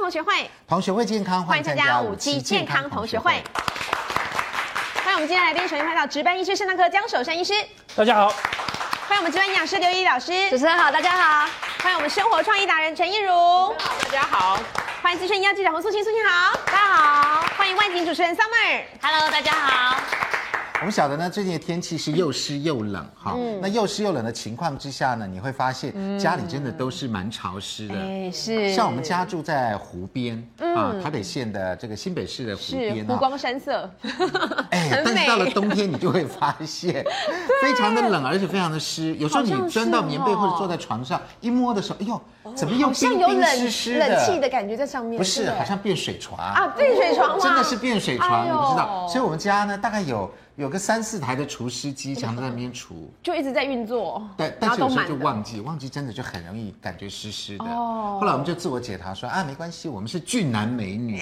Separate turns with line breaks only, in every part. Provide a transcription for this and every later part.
同学会，
同学会健康，
欢迎参加五期健康同学会。欢迎我们今天来宾，首先看到值班医师肾脏科江守山医师，
大家好。
欢迎我们值班营养师刘怡老师，
主持人好，大家好。
欢迎我们生活创意达人陈映如，
大家好。
欢迎资深医药记者洪素清，素清好，
大家好。
欢迎万景主持人 Summer，Hello，
大家好。
我们晓得呢，最近的天气是又湿又冷哈、嗯。那又湿又冷的情况之下呢，你会发现家里真的都是蛮潮湿的。
嗯哎、嗯，是。
像我们家住在湖边、嗯、啊，台北县的这个新北市的湖边，啊
湖光山色。
哎，但是到了冬天，你就会发 现非常的冷，而且非常的湿。有时候你钻到棉被或者坐在床上、哦、一摸的时候，哎呦，
哦
怎么又冰冰湿湿
的？冷气的感觉在上面。
不是，好像变水床
啊，变水床、哦、
真的是变水床、哎，你不知道。所以我们家呢，大概有。有个三四台的除湿机，常常在那边除，
就一直在运作。
对，但是有时候就忘记，忘记真的就很容易感觉湿湿的。哦。后来我们就自我解答说啊，没关系，我们是俊男美 女，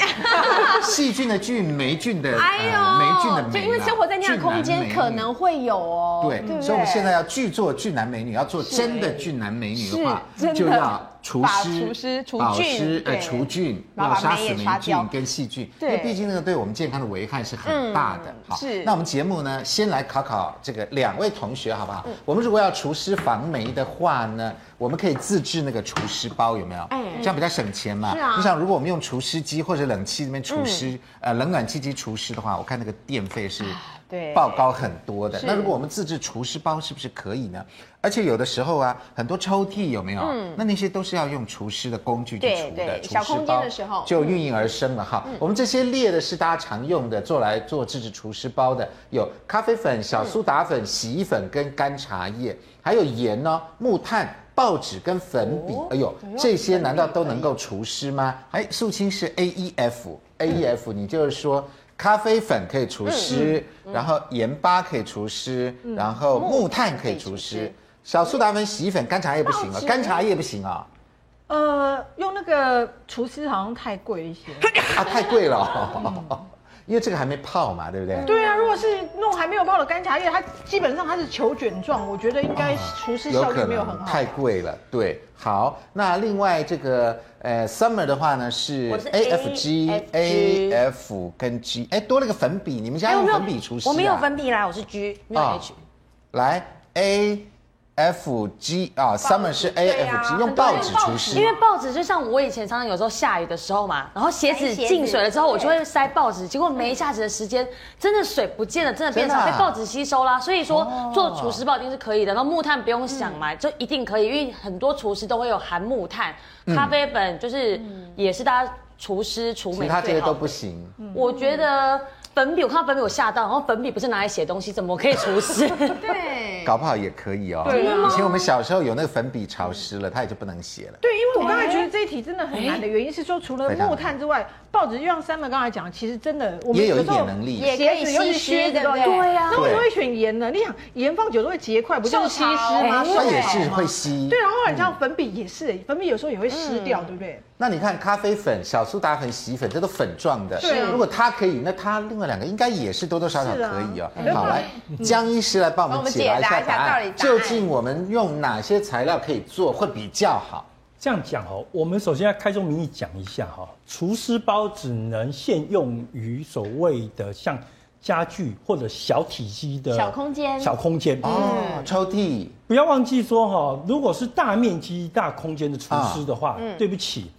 细菌的菌，霉菌的哎呦、呃，霉菌的霉。
就因为生活在那样的空间，可能会有哦。
对，对对所以我们现在要剧做俊男美女，要做真的俊男美女的话，的就要。除湿、
除湿、除
菌、呃除菌，要杀死霉菌跟细菌，因为毕竟那个对我们健康的危害是很大的。嗯、好，是。那我们节目呢，先来考考这个两位同学好不好？嗯、我们如果要除湿防霉的话呢，我们可以自制那个除湿包，有没有？哎、嗯，这样比较省钱嘛。是啊。你想，如果我们用除湿机或者冷气那边除湿，呃，冷暖气机除湿的话，我看那个电费是。
对，
报高很多的。那如果我们自制厨师包是不是可以呢？而且有的时候啊，很多抽屉有没有？嗯，那那些都是要用厨师的工具去除的。
小空间的时候
就孕育而生了哈、嗯。我们这些列的是大家常用的，做来做自制厨师包的有咖啡粉、小苏打粉、嗯、洗衣粉跟干茶叶，还有盐哦、木炭。报纸跟粉笔，哎呦，这些难道都能够除湿吗？哎，素清是 A E F，A E F，你就是说。咖啡粉可以除湿、嗯嗯，然后盐巴可以除湿、嗯，然后木炭可以除湿，小苏打粉、洗衣粉、干茶叶不行啊、哦，干茶叶不行啊、
哦。呃，用那个除湿好像太贵一些
啊，太贵了、哦， 因为这个还没泡嘛，对不对？
对啊，如果是弄还没有泡的干茶叶，它基本上它是球卷状，我觉得应该除湿效率没有很好，
太贵了，对。好，那另外这个呃，summer 的话呢是 A F G A F 跟 G，哎，多了个粉笔，你们家用粉笔除湿、啊？
我没有粉笔啦，我是 G，没有
啊
H。哦、
来 A F G 啊，summer 是 A F G，、啊、用报纸除湿，
因为报纸就像我以前常常有时候下雨的时候嘛，然后鞋子进水了之后，我就会塞报纸，结果没一下子的时间，真的水不见了，真的变少，啊、被报纸吸收啦。所以说、哦、做除湿包一定是可以的，然后木炭不用想嘛，嗯、就一定可以，因为很多厨师都会有含木炭，
嗯
咖啡粉就是也是大家除湿除霉。
其他这些都不行，
嗯、我觉得。粉笔，我看到粉笔我吓到，然后粉笔不是拿来写东西，怎么可以除湿？
对，
搞不好也可以哦。
对
以前我们小时候有那个粉笔潮湿了，它也就不能写了。
对，因为我刚才觉得这一题真的很难的原因是说，除了木炭之外，报纸就像三妹刚才讲，其实真的我们
也有一点能力，
也
子尤其
靴
子
对
呀、啊，那我就会选盐的。你想盐放久都会结块，不就是吸湿吗？
它也是会吸。
对，然后你像粉笔也是，粉笔有时候也会湿掉、嗯，对不对？
那你看咖啡粉、小苏打粉、洗衣粉，这都粉状的。对、啊，如果它可以，那它另外。两个应该也是多多少少可以哦。啊、好，来江医师来帮我们解答一下答案，究竟我们用哪些材料可以做会比较好？
这样讲哦，我们首先要开宗明义讲一下哈、哦，厨师包只能限用于所谓的像家具或者小体积的
小空间、嗯
小空间
哦，抽屉。
不要忘记说哈、哦，如果是大面积、大空间的厨师
啊
的话、嗯，对不起，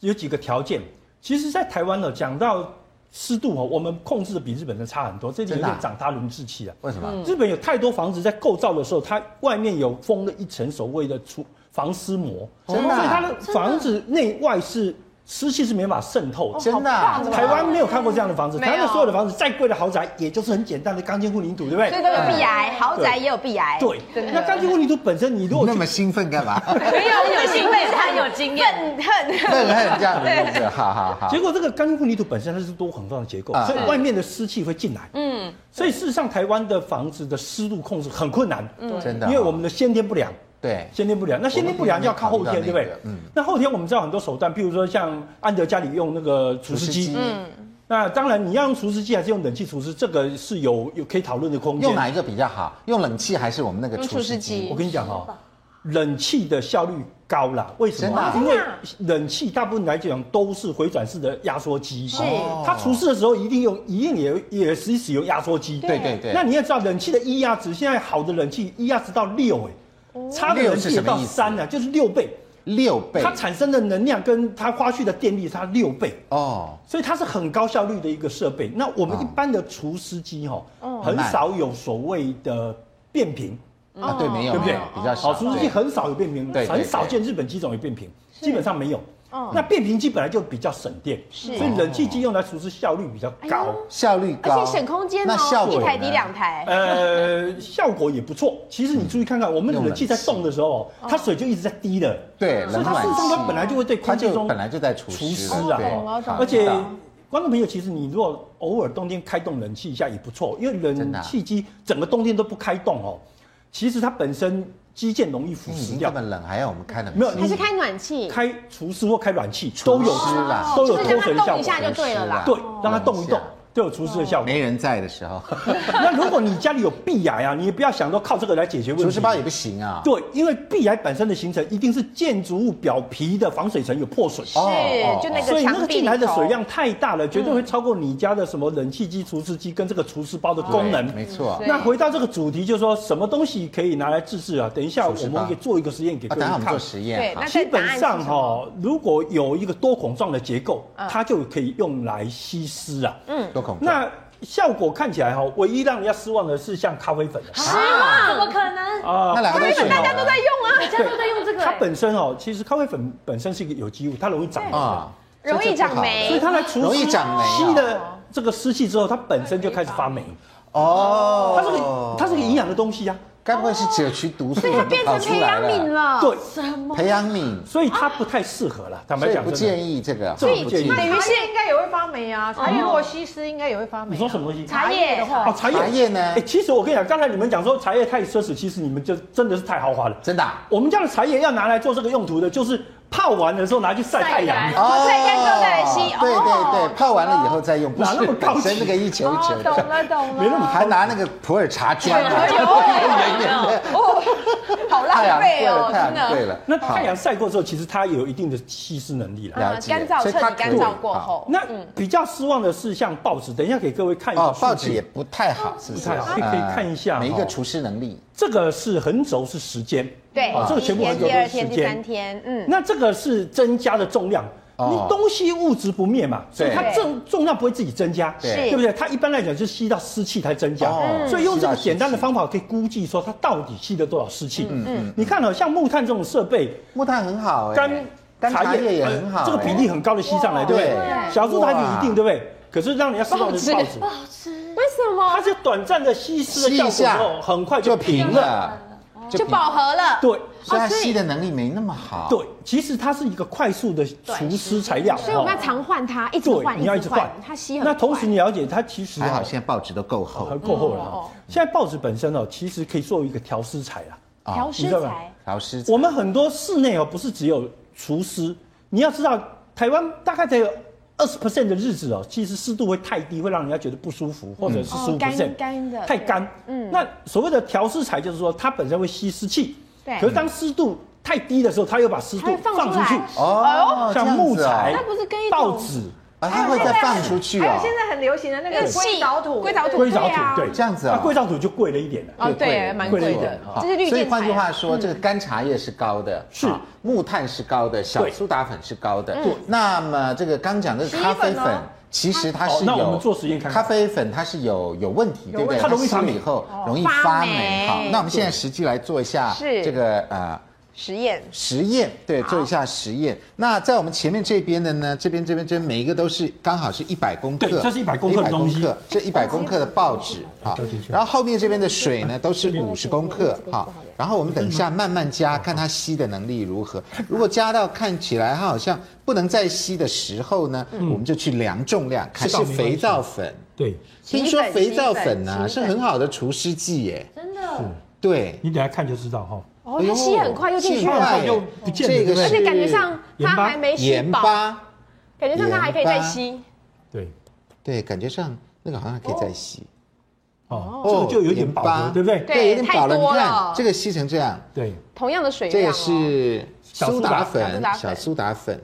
有几个条件。其实，在台湾呢、哦，讲到。湿度哦，我们控制的比日本人差很多，这点有
啊
点长他人志气了。
为什么？
日本有太多房子在构造的时候，它外面有封了一层所谓的除防湿膜，
真的、啊，
所以它的房子内外是湿气是没法渗透的。
真的、啊，
台湾没有看过这样的房子，台湾所有的房子再贵的豪宅，也就是很简单的钢筋混凝土，对不对？
所以都有壁癌，豪宅也有壁癌。
对，那钢筋混凝土本身，你如果
那么兴奋干 嘛？
没有，
有兴奋， 他有经 验，
愤恨，
愤恨这样子，对，好好好。
结果这个钢筋混凝土本身它是多孔状的结构、
啊
嗯，所以外面的湿气会进来。嗯，所以事实上台湾的房子的湿度控制很困难，
嗯，真的，
因为我们的先天不良。
对，
先天不良，那先天不良要靠后天，对不对？嗯，那后天我们知道很多手段，譬如说像安德家里用那个除湿机，嗯。那当然，你要用除湿机还是用冷气除湿，这个是有有可以讨论的空间。
用哪一个比较好？用冷气还是我们那个除湿机？
我跟你讲哦，冷气的效率高啦，为什
真的
么
啊？
因为冷气大部分来讲都是回转式的压缩机，
是
它除湿的时候一定用，一定也也是使用压缩机。
对对对
那你要知道，冷气的液压值，现在好的冷气液压值到六哎，
哦
差的冷气也到三呢、就是六倍。
六倍
它产生的能量跟它花去的电力，它六倍。
哦，
所以它是很高效率的一个设备。那我们一般的除湿机哈、
哦
很少有所谓的变频，
啊对，没有，
对不对
没有比较少，
好，除湿机
对
很少有变频
对对，对
很少见日本机种有变频，基本上没有。
哦
那变频机本来就比较省电，所以冷气机用来除湿效率比较
哎
高
呦，
效率
而
高，
且省空间
那效
哦，
果
一
呢
台抵两台，
呃，效果也不错。其实你注意看看，我们
嗯用
冷气在
冷气
动的时候，它水就一直在滴的，
对，
所以
冷
它
暖
事实上
气
它本来就会对
它
空气
就
中
本来就在除
除
湿
湿
了，
啊
对
哦
我懂
而且
防不到
观众朋友，其实你如果偶尔冬天开动冷气一下也不错，因为
真
冷
的啊
气机整个冬天都不开动哦，其实它本身肌腱容易腐
嗯你已
蚀
经
掉
这么。冷，还要我们开冷气？
没有
还是开暖气，
嗯
开除湿或开暖气都有
除湿啦哦
都有
就是让它
脱水的效
动
果
一。下就对了啦。
对，让它动一
冷
动
一下，
都有除湿的效果。
没人在的时候，
那如果你家里有壁癌啊，你也不要想说靠这个来解决问题。
除湿包也不行啊。
对，因为壁癌本身的形成一定是建筑物表皮的防水层有破损。
哦哦
是，就那
所
个
以那
墙
个
壁
进
里
来的
头嗯
水量太大了，绝对会超过你家的什么冷气机、除湿机跟这个除湿包的
对
功能。
没错。
对
那回到这个主题，就是说什么东西可以拿来自制啊？等一下我
除湿包
们也做一个实验给
啊，
各位
等一下我们
看
做。实
对
验哈
那。
基本上
那答案是什
哈、如果有一个多孔状的结构，
嗯
它就可以用来吸湿啊。
多孔状
那效果看起来哈、唯一让人家失望的是像咖啡粉啊
失望？怎么可能？
啊
那两个都是大家都在用
啊
大家都在用这个、
它
哎
本身哦，其实咖啡粉本身是一个有机物，它容易长霉，
啊，
容易长
所以
霉，
它在除
容易
湿
长霉啊
吸了这个湿气之后，它本身就开始发霉。
哦，
它是个它是个营养的东西啊，
该不会是只有去毒
哦
素
所以它变成
跑出
培
来
养皿
了？
了。
对，
什么？
培养皿，
所以它不太适合了。坦
所
白
以
讲，
不
真的
建议这个，
所以
不建议
那
等于是应该也会发霉啊，茶叶如果稀释应该也会发霉啊。
你说什么东西？
茶叶的话
哦，茶叶
茶叶呢
哎，其实我跟你讲，刚才你们讲说茶叶太奢侈，其实你们就真的是太豪华了。
真的啊
我们家的茶叶要拿来做这个用途的，就是泡完的时候拿去晒太阳。
哦
晒干之后再来吸哦
对对对，泡完了以后再用，不
哪
是
那么高
本
级
身那个一球一球
哦，懂
的，
了懂了。
没那么
还拿那个普洱茶砖啊，圆圆的，
好
太
浪
阳
费
贵
哦
了，，太
真
阳贵
的。
了。
那太阳晒过之后，其实它也有一定的吸湿能力了。
嗯
了解
啊干燥
所
彻
以它
底干
可以
燥过
好
后，
那比较失望的是像报纸，等一下给各位看一
哦
下，
报
数
纸也
据。
不太好，是不是？
不太好可以
啊
看一下
每一个
哦
厨师能力，
这个是横轴是时间，
对
哦，这个
第一
全部
天、
横轴
第二
是
天、
时
第三
间。
天，嗯，
那这个是增加的重量。你
哦
东西物质不灭嘛，所以它
对
重重量不会自己增加，
对
是
对不对？它一般来讲就是吸到湿气才增加
哦，
所以用这
吸到
个
湿气
简单的方法可以估计说它到底吸了多少湿气。嗯，你看哦，像木炭这种设备，
木炭很好哎，
干
干茶叶也
呃
很好哎，
这个比例很高的吸上来，对不
对
对？小猪台
哇
比一定对不对？可是让人家失望的是报纸，
为什么
它是短暂的吸湿的效果之后，很快就
就
平
平
了。
了，
就饱和了？
对
所以它
所以
吸的能力没那么好。
对，其实它是一个快速的除湿材料，
所以我们要常换它，一直
对，
换，
你要一直换，
它吸很
那
快。
同时你了解它其实
还好
哦
现在报纸都够厚
很，够厚
嗯
了
哦
哈。现在报纸本身哦，其实可以作为一个调湿材啦。
啊
调食
你知道吗
材，
调湿
我们很多室内哦，不是只有除湿，你要知道，台湾大概得有二十 percent 的日子哦，其实湿度会太低，会让人家觉得不舒
嗯
服，或者是十
哦
五
干
percent，
干的
太干。嗯，那所谓的调湿材就是说，它本身会吸湿气，
对
可是当湿度太低的时候，它又把湿
它
度
会放
放
出
出
来
去，哎
哦
像木材
那不是跟一、种
报纸、
啊，它会再放出去
还有
哦
现。在很流行的那
那
个
个
硅藻土，
硅藻土
硅藻
对
土
啊，
对，
这样子哦
那硅藻土就贵了一点了。
哦，对，
贵
蛮
贵
贵
一
的
点，
好
这是绿
所以
电
换句
材。
话说，这个干茶叶是高的，
嗯是
啊木炭是高的，小
对
苏打粉是高的。那么这个刚讲的咖啡粉
洗衣粉
哦
呢，
其实它
好
是有
哦那我们做实验看看
咖啡粉它是有有问题，对不对？
它容易
吸
发
了
霉
以后容易
发
发
霉
霉。好，那我们现在实际来做一下
是
这个呃
实验
实验，对，做一下实验。那在我们前面这边的呢，这边这边这边每一个都是刚好是一百公克，
对这是100公克的东西
100公克这一百公克的报纸啊，然后后面这边的水呢都是五十公克哈，然后我们等一下慢慢加，看它吸的能力如何。如果加到看起来它好像不能再吸的时候呢，我们就去量重量，看
知道
是
没关系
肥皂粉。
对，
听说肥皂粉
洗衣
呢、
粉洗
是
衣粉
很好的除湿剂耶，
真的。
对。
你等一下看就知道哈。
哦，它吸很快就进去
哎呦
了，
很
快
快
就
耶
不见了对不对
而
而
是
且感觉上它
盐巴
还没吸
盐
哎饱，
巴。
感觉上它还可以再吸。
对，
哦
对，感觉上那个好像还可以再吸。
哦，这个就有点饱和，对不对？
对
对，有点饱了。
太
你
多
看
了
这个吸成这样，
对，
同样的水
这
量、
个
哦，
是苏打
小苏
粉，
打粉
小苏打粉。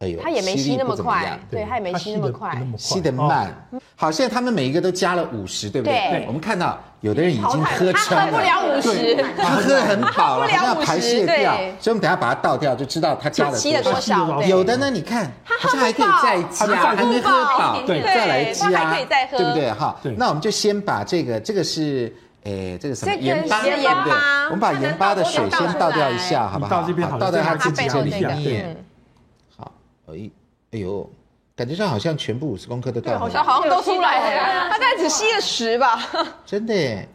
哎呦
它也没吸那么
吸力不怎样
快，对，它也没
它
吸
吸
那么
得不
快
那。么快
吸得
哦
慢。好，现在他们每一个都加了五十，对不对？
对对
我们看到有的人已经
淘汰
喝
了
撑
他喝不了50
对他喝得很饱
他喝不了
了，好像要排泄
50对，
掉所以我们等一下把它倒掉，就知道他加
它
了
吸了
多
多
少。
少？对，
有的呢，你看，好像还可以再
还没
加，
喝
还没喝
饱
饱，
对
再来加，
它还可以再喝
对不对？哈
对，
那我们就先把这个，这个是。诶，这个什么
这个
盐巴
是
对
盐巴
不对？我们把盐巴的水先倒掉一下，好不好？
你倒这边好了
倒在它
再
自己
把它
这
背嗯
里
后这个
面。好，哎，哎呦，感觉上好像全部五十公克都倒
对好
了
像
它好像都出来了，它大概只吸了十吧。
真的耶，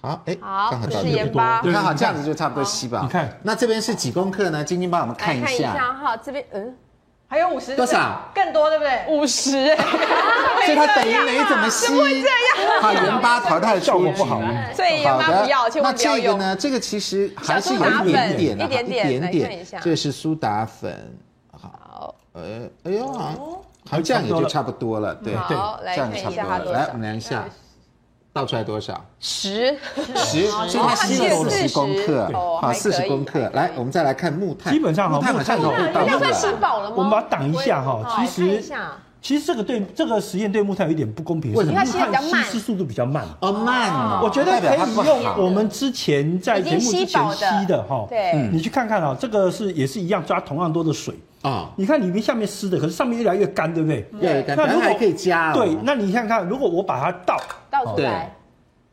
好，哎，
好
刚好
这
到
是
这
盐巴
你看好
对
这样子就差不多吸吧。
你看
那这边是几公克呢？晶晶帮我们看一
来
下，
哈，这边嗯，
还有五十
多少？
更多对不对？
五十，哎
所以它等于没
啊
怎么吸。怎么会这样？好，盐巴淘汰出
效果不好
局
所以啊盐巴不要，千
那
万不要
这个
用。
呢？这个其实还
小
是
苏
有
打
一点
粉
点的，
一点
一
点
点
来看一下
点。这是苏打粉，
好，
呃，哎呦啊，
哦
好，这样也就差不多了，对，
好
对
来
这样就
看
差
一
不
下
多
它
了。
多
来，
少嗯
我们量一下，倒出来多少？
十，
十，所以它吸了
哦
四十公克
40哦，
好，
还可
四
以
十公克。来，我们再来看木炭，
基本上哈
木炭好像有
木炭
被倒
量
出
算
来
吸饱了吗？
我们把它挡一下哈
哦
其实
看一下
其实这个对这个实验对木炭有点不公平，
为什么
是木
因为它吸得比
炭
较慢
稀释速度比较慢。
哦，慢哦，
我觉得
代表
可
它
以
不好
用我们之前在节目之前吸的哈，
对
嗯你去看看啊，这个是也是一样抓同样多的水，
啊，
你看里面下面湿的，可是上面越来越干，对不对？
越来越干，但还可以加哦。
对，那你看看，如果我把它倒，
倒出
对
来，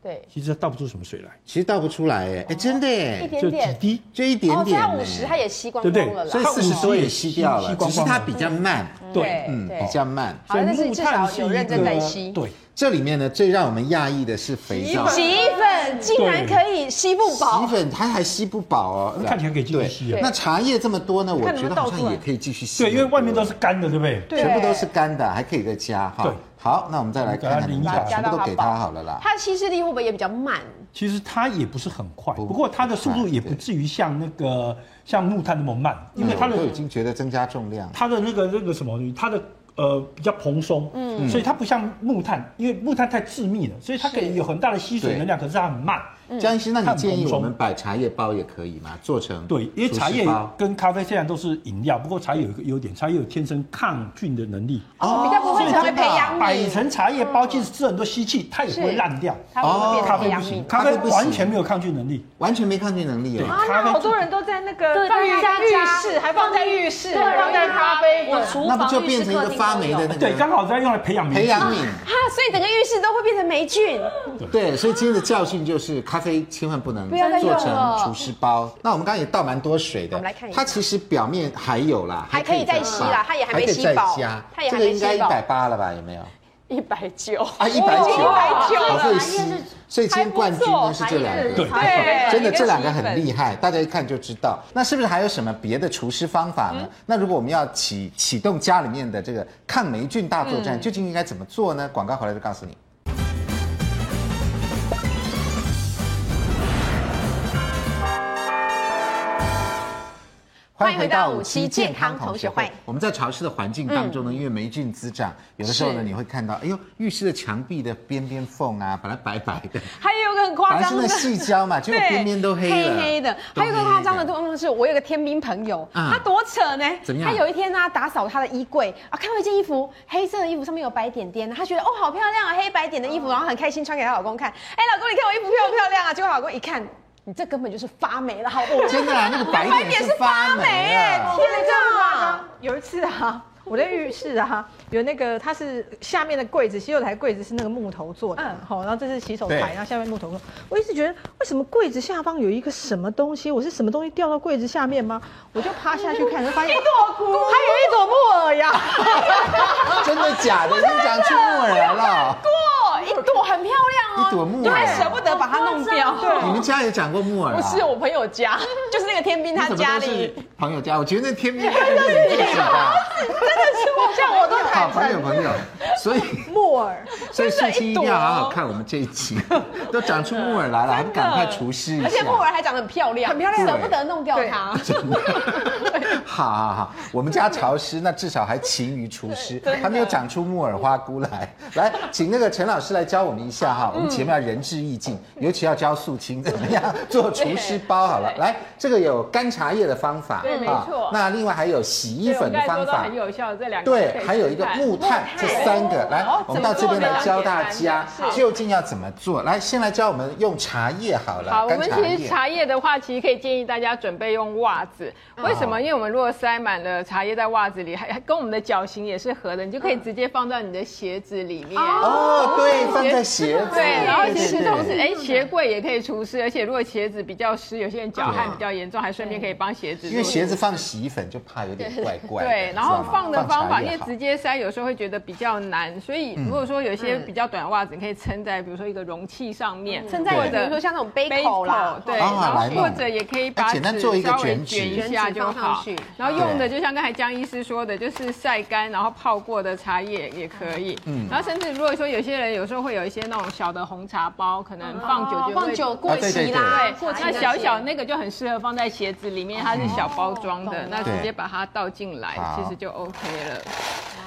对，
其实倒不出什么水来，
其实倒不出来
哦
哎，哎，真的
一
哎，
点
就几
点。
滴，
就一点
哦，
点
它
哎，
五十，它也吸光
对不对
光了啦。
所以四十多也吸掉了，
吸光光
只是它比较慢，
对
嗯，
对
比较慢。
好了，但是
木
至
炭
少
是
有认真在吸
一。个对，
这里面呢，最让我们讶异的是肥皂。
洗衣粉竟然可以吸不
洗
饱，
粉它还吸不饱哦，
看起来可以继续吸啊
对那茶叶这么多呢，我
看能
觉
不
得
能
好
倒出
像
来
也可以继续吸。
对，因为外面都是干的，对不对？
对
全部都是干的，还可以再加哈
对。
好，那我们再来看看你们
把它
讲，
淋
全
加
部
到
都
它
给
饱
它好了啦。
它的吸湿力会不会也比较慢？
其实它也不是很快，
不
不过它的速度也不至于像那个像木炭那么慢，因为它
嗯我
的
都已经觉得增加重量了，
它的那个那个什么，它的呃比较蓬松，嗯，所以它不像木炭，因为木炭太致密了，所以它可以有很大的吸水能量，可是它很慢。
嗯
江医师，那你
它很
建议
蓬
我
松
们摆茶叶包也可以吗？做成
对，因为茶
厨
叶
师
哦
包
跟咖啡虽然都是饮料，不过茶叶有一个优点，茶叶有天生抗菌的能力。
哦，比较不会成为
啊
培养
摆
皿，
成茶叶包，即使吃很多吸气，它也不会
是
烂掉。
它会不会变
咖
成培
啡
养
不
皿
行，？咖啡
咖啡不行
完全没有抗菌能力。
完全没抗菌能力
对，
哦。
啊，
咖
那好
啡
多人都在那个
对
放在
大家
浴室，还放在浴室，放在咖啡
我
馆。
厨
那
房
不就变成一个发霉的那
对，刚
个
好在用来培养
培
培
养 皿？
哈，所以整个浴室都会变成霉菌。
对，所以今天的教训就是咖啡千万不能
不要再
做
用
成
了
厨师包。那我们刚刚也倒蛮多水的，
我们来看一下
它其实表面还有啦，
还可以再吸啦
放
它也还
可
没
以
吸
再
饱
加
它也
这
还
个
没
应该一
吸饱
百八了吧？有没有？
一百九，哦
啊，一百九，
啊
190
好会吸
茶叶是。
所以今天冠军呢是这两个，
对
对
真的
一个
这两个
吸
很
粉
厉害，大家一看就知道。那是不是还有什么别的厨师方法
嗯
呢？那如果我们要启启动家里面的这个抗霉菌大作
嗯
战，究竟应该怎么做呢？广告回来就告诉你。
欢迎回到五期健康同学会。嗯
我们在潮湿的环境当中呢，因为霉菌滋长，有的时候呢，
是
你会看到，哎呦，浴室的墙壁的边边缝啊，本来白白的，
还有一个很
本
夸
来是
张
那
的。
细 胶嘛，结果
对
边边都黑了，
黑黑的。
都
还有一个夸张的
黑黑
状况是，我有个天兵朋友，
嗯
他多扯呢。
怎么样
他有一天呢、打扫他的衣柜啊，看到一件衣服，黑色的衣服上面有白点点，他觉得哦好漂亮啊，黑白点的衣服，
哦
然后很开心穿给她老公看。哎，老公你看我衣服漂不漂亮啊？结果老公一看，你这根本就是发霉了，好 不好？
真的啊，那个白
白
点
点
是
是
发
发
霉
霉
啊
哎。
天哪！有一次啊，我在浴室啊，有那个它是下面的柜子，洗手台柜子是那个木头做的，好、然后这是洗手
对
台，然后下面木头做。我一直觉得为什么柜子下方有一个什么东西？我是什么东西掉到柜子下面吗？我就趴下去看，就发现一朵菇，还有一朵木耳呀，
真的假的？你长出木耳来了？
哦，一朵很漂亮哦，
一朵木
就还
耳啊
舍不得把它弄掉。
你们家也长过木耳啊？
不是我朋友家，就是那个天兵
你
他
怎么
家
都
里
是。朋友家，我觉得那天命真的是你自己的，
像我都
好
坦
朋友
诚。
朋友。所以
木耳，
所以素清一定要好好看我们这一集， 都长出木耳来了，还不赶快除湿一下？
而且木耳还长得很漂亮，
很漂亮
舍不得弄掉它。
好好好，我们家潮湿，那至少还勤于除湿，还没有长出木耳花菇来。 来，请那个陈老师来教我们一下
嗯
哈，我们前面要仁至义尽，尤其要教素清怎么样做除湿包好了。来，这个有干茶叶的方法，
对没
啊
错
那另外还有洗衣
对我
粉
们
的
刚才
方
说到
法
很，有效，这两个可
对，
以
还有一个
试试看
木炭，这三个来，
哦
我们到这边来教大家
怎么做呢是
究竟要怎么做。来，先来教我们用茶叶好了，
好，我
干
们
茶
其实
叶
茶叶的话，其实可以建议大家准备用袜子。
嗯
为
哦
什么？因为我们如果塞满了茶叶在袜子里，还还跟我们的脚型也是合的，你就可以直接放到你的鞋子里面。
嗯哦，对，放在鞋子，
对，然后其实
对
同时，
对
哎，鞋柜也可以除湿，而且如果鞋子比较湿，有些人脚汗比较严重，还顺便可以帮鞋子。
嗯因为鞋子。放洗衣粉就怕有点怪怪的，
对，
你知
然
道
后
吗
放的方
茶
法，
叶
因为
好嗯
直接塞有时候会觉得比较难，所以如果说有一些比较短的袜子，你可以撑在比如说一个容器上面，
撑在
嗯对
比如说像那种杯
杯
口
口
啦，
对，
啊
然
来
后
弄
或者也可以把
哎简单
纸
做一个
稍微
卷纸
卷一下
卷
就
纸放上
好
去。
然后用
对
的就像刚才江医师说的，就是晒干然后泡过的茶叶也可以。
嗯
然后甚至如果说有些人有时候会有一些那种小的红茶包，可能放久就会
嗯哦放久过
啊对对
期
对
啦
对，，
过期
那
的
小
鞋
小那个就很适合放在鞋子里面，它是小包装的，那直接把它倒进来
好，
其实就 OK 了。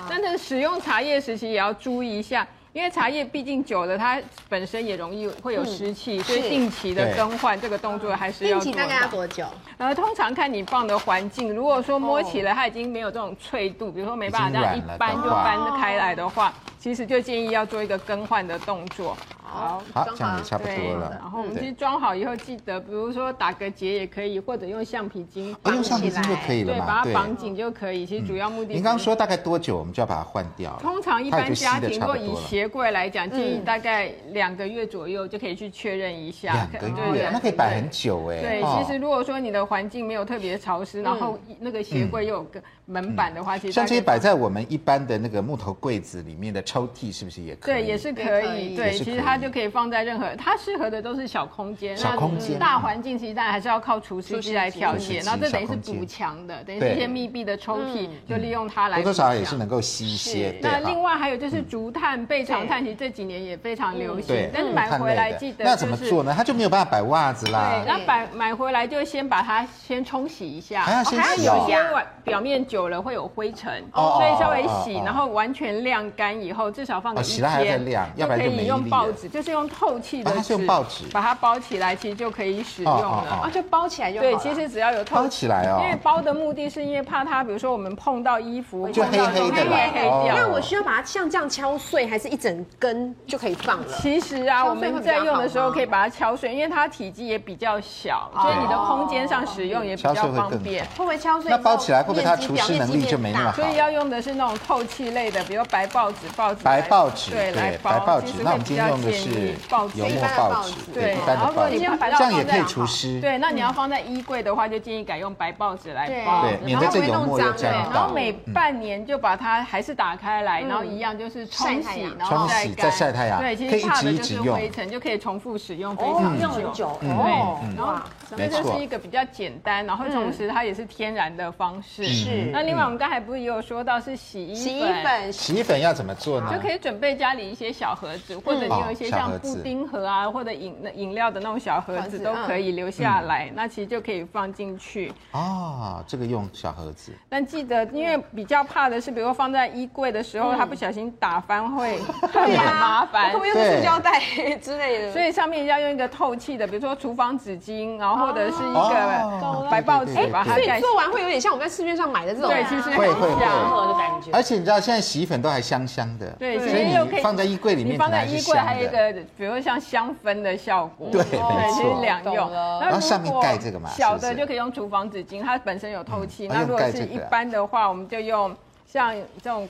但是使用茶叶时期也要注意一下。因为茶叶毕竟久了，它本身也容易会有湿气，所以
是
定期的
对
更换这个动作还是要
定
做
期
到。
大概要多久？
呃，通常看你放的环境，如果说摸起来它已经没有这种脆度，比如说没办法这样
已
一
经软了
掰
的
就
话
掰开来的话，其实就建议要做一个更换的动作。好。
好，这样也差不
对
多，了
然。后我们
对
其实装好以后，记得比如说打个结也可以，或者用橡皮筋
哦，
绑
用橡皮
起
筋
来，
就可以了
对，
嘛，
把它
对。
绑紧就可以。其实主要目的，
您刚刚说，大概多久我们就要把它换掉了？
通常一
它也
般
就
家
吸的
庭
差
若
不
以
多了。
鞋柜来讲，建议大概两个月左右就可以去确认一下，
两个
可对
月，那可以摆很久哎。
对，
哦嗯
其实如果说你的环境没有特别潮湿，然后那个鞋柜又有个门板的话，其实
像这些
大概
摆在我们一般的那个木头柜子里面的抽屉，是不是也可以？
对也是可
也可以
以，
也
对，
是
其
可
实
以
它就可以放在任何，它适合的都是小空间，
小
那
空间嗯
大环境其实当然还是要靠除湿机来调
除湿
节，
机
然后这等于是
小空间嗯
补强的，等于
对
是一些密闭的抽屉，就利用它来
多多
补
少
强
少也是能够吸一些。对
那
哈
另外还有就是竹炭、备长炭，其实这几年也非常流行
嗯对，，
但是买
碳
回来
类的
记得
那
就
怎么
是
做呢？他就没有办法摆袜子啦
对，。那买买回来就先把它先冲洗一下，
还要先
哦
洗
有
哦
一些外表面久了会有灰尘，
哦
所以稍微
哦哦
洗
哦，
然后完全晾干以后，至少放个
哦
一
洗了还要再
天
晾要
就
不然
可
就没
以
力
用
了
报纸，就是用透气
哦
的
它是用报纸
把它包起来，其实就可以使用
哦哦哦
了
哦，。就包起来就好
对，
了
其实只要有透
包起来哦
因为包的目的是因为怕它，比如说我们碰到衣服，
就
碰到
黑黑的
东西
啦哦
黑黑掉。
那我需要把它像这样敲碎，还是一整根就可以放了？
其实啊，
敲碎
我们在用的时
会
候
比较好吗哦
可以把它敲碎，因为它体积也比较小，所以你的空间上使用也比较
敲碎哦会更
方
好
便。
会不会敲碎？
那包起来会不会它除湿能力就没那么好
所以要用的是那种透气类的，比如白报纸、报纸来、
白报纸，
对，来
对，
包。
白报
其
纸
实。会
那我们
比
今
较
天用的
建
是
议报纸
油
一
墨
般的
报
报
纸
纸，
对，
对
一般
然
的
后
报
你
纸，
把它
这样也
放
可以
在
除湿。
对，那你要放在衣柜的话，就建议改用白报纸
嗯
来包。
对，嗯免得这油墨又
对，
沾
然
到
后。每半年就把它还是打开来，然后一样就是冲
嗯晒太
洗
阳，
然后
冲洗
干
再晒太阳
对，其
可以一
实
直
怕的
一
就
直
是
用
灰尘，就可以重复使用非
嗯
常
用
久
很。久
哦，
对，然后
没
这
错
就是一个比较简单，然后同时它也是天然的方式。
嗯
是
那另外我们刚才不是也有说到是洗衣
洗衣粉
洗衣粉要怎么做呢
就？可以准备家里一些小盒子，或者你有一些
哦小
像
盒子
布丁盒啊，或者饮饮料的那种小盒
盒子
子都可以留下来，那其实就可以放进去。
哦，这个用小盒子，
但记得，因为比较怕的是，比如说放在衣柜的时候，它不小心打翻会很麻
会
烦
不。会用塑胶袋之类的？
所以上面要用一个透气的，比如说厨房纸巾，然后或者是一
哦
个白报纸
对对对
把
所
它
所以
盖起 来。
做完会有点像我们在市面上买的这种，啊
对，其实
会会
很
会
像。
合的感觉。
而且你知道现在洗衣粉都还香香的，
对
所
其实又可
以
以
你放在衣柜里面，
你放在衣柜还有一，个，比如像香氛的效果，
对没
对，
错
其实两用
懂。了
如
然后
果
上面盖这个嘛
小
是
的
不是
就可以用厨房纸巾，它本身有透气。
嗯
那
用
如果
盖这
是
个
一般的话，我们就用像这种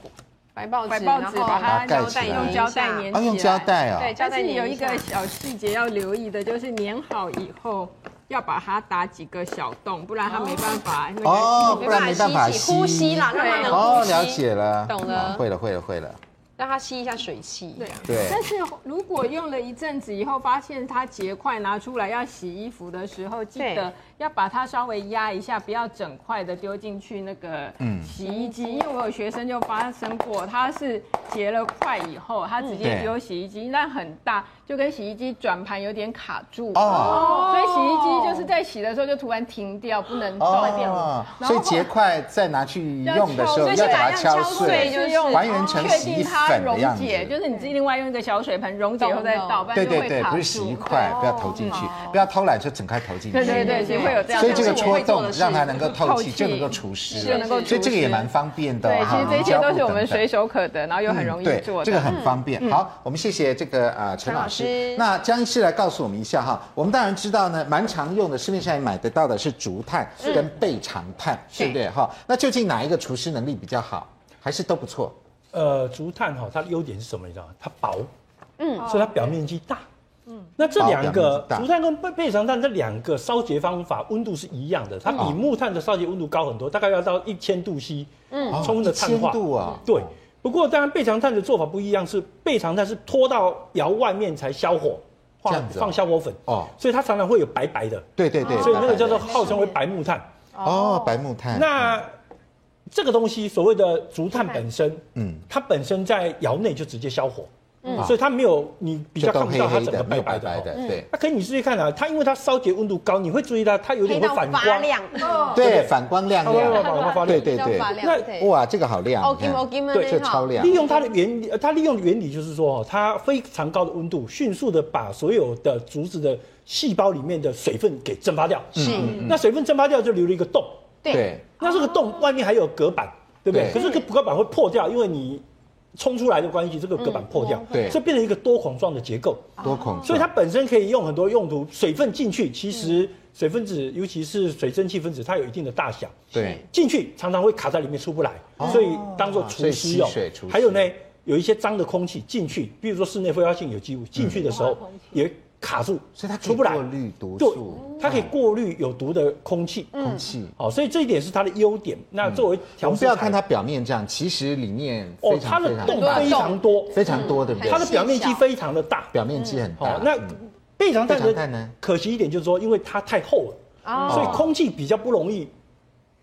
白报纸，
白报纸
然后
把
把它
它
啊盖
胶带
起来
用胶带粘起来。
哦，用胶带哦，
对，胶
但
带
是有一个
粘下
小细节要留意的，就是粘好以后要把它打几个小洞，不然它没办法那个。
哦，不然没办法
吸气呼吸啦，让它能
对
哦，
呼吸
了解了，
懂了
哦会了，会了，会了。
让它吸一下水汽。
对，
对
但是如果用了一阵子以后，发现它结块，拿出来要洗衣服的时候，记
对
得要把它稍微压一下，不要整块的丢进去那个
嗯
洗衣机。因为我有学生就发生过，他是结了块以后，他直接
嗯对
丢洗衣机，那很大，就跟洗衣机转盘有点卡住。
哦
哦，所以洗衣机就是在洗的时候就突然停掉，不能动。
哦，
然后
所以结块再拿去用的时候
要敲
要把它敲
所以
碎
对，就是
还原成
确
洗衣
定它
粉的
溶
样子。
解，就是你自己另外用一个小水盆溶解以后再倒，不然
对
就会
对对，
卡
不是
住
洗衣块，不要投进去，不要偷懒就整块投进去。
哦对对对，其实会有这样
所以
的问题。
这个戳洞
这是
让
我会做的事
它能够透
透
气，
气
就能够除湿
是能够除
所以这个也
湿
蛮方便的哦。
对，其实这些都是我们
哈
随手可得，然后又很容
嗯
易
对，
做的。嗯
这个很方便。好，我们谢谢这个啊、呃陈老师。
陈老师
那江医师来告诉我们一下哈，我们当然知道呢，蛮常用的，市面上也买得到的是竹炭
嗯
跟倍长炭，对不对哈？那究竟哪一个除湿能力比较好，还是都不错？
呃，竹炭哈、它的优点是什么？你知道吗？它薄，嗯，
哦
所以它表面积大。嗯，那这两
薄表面
个
积大
竹炭跟倍倍长炭这两个烧结方法温度是一样的，它比木炭的烧结温度高很多，大概要到一千度 C，嗯，充分的碳
1000
化。
度啊，
对，不过当然倍长炭的做法不一样，是倍长炭是拖到窑外面才消火，
这
放
样子哦
放消火粉，
哦，
所以它常常会有白白的，
对对对，
所以那个叫做
白白
号称为白木炭。
的哦白木炭。
那这个东西所谓的竹炭本身，
嗯，
它本身在窑内就直接消火，
嗯
所以它没有你比
就
较
都
看不
黑
到它
黑
整
的，
个
没
白
有白
白的
白
哦。
的，对
那可你注意看啊，它因为它烧结温度高，你会注意到它有
黑
点会
到
反
发
光，
亮，
对，反光亮
它会
亮，
反光发
对
亮。
对对
发，亮，
那
对，
哇，这个好亮，
哦
你看
金哦金那
对，这
哈
超亮
利，用它的原理，呃它利用的原理就是说，哦它非常高的温度，迅速的把所有的竹子的细胞里面的水分给蒸发掉。嗯
是
那水分蒸发掉就留了一个洞，
对，
那这个洞外面还有隔板，对不对？
对
可是这个隔板会破掉，因为你冲出来的关系，这个隔板破掉，
对
所以变成一个多孔状的结构。
多孔状，
所以它本身可以用很多用途，水分进去，其
嗯
实水分子，尤其是水蒸气分子，它有一定的大小，
对
进去常常会卡在里面出不来
哦，
所以当做
所
除
以
湿
吸
用
水除湿。
还有呢，有一些脏的空气进去，比如说室内挥发性有机物进去的时候也卡住，
嗯所以它可以
出不来
过滤毒
对
素，嗯
它可以过滤有毒的空气。
空气。嗯
好，所以这一点是它的优点。那作为
我
调
们
试
不
材，
要看它表面这样，其实里面
哦
非，
它
常非
的
常
洞
大
非常多，
非常多，对不对？
它的表面积非常的大。
表面积很大
好，。哦那倍长
倍
碳
啊嗯长碳呢
的可惜一点就是说，因为它太厚了，所以空气比较不容易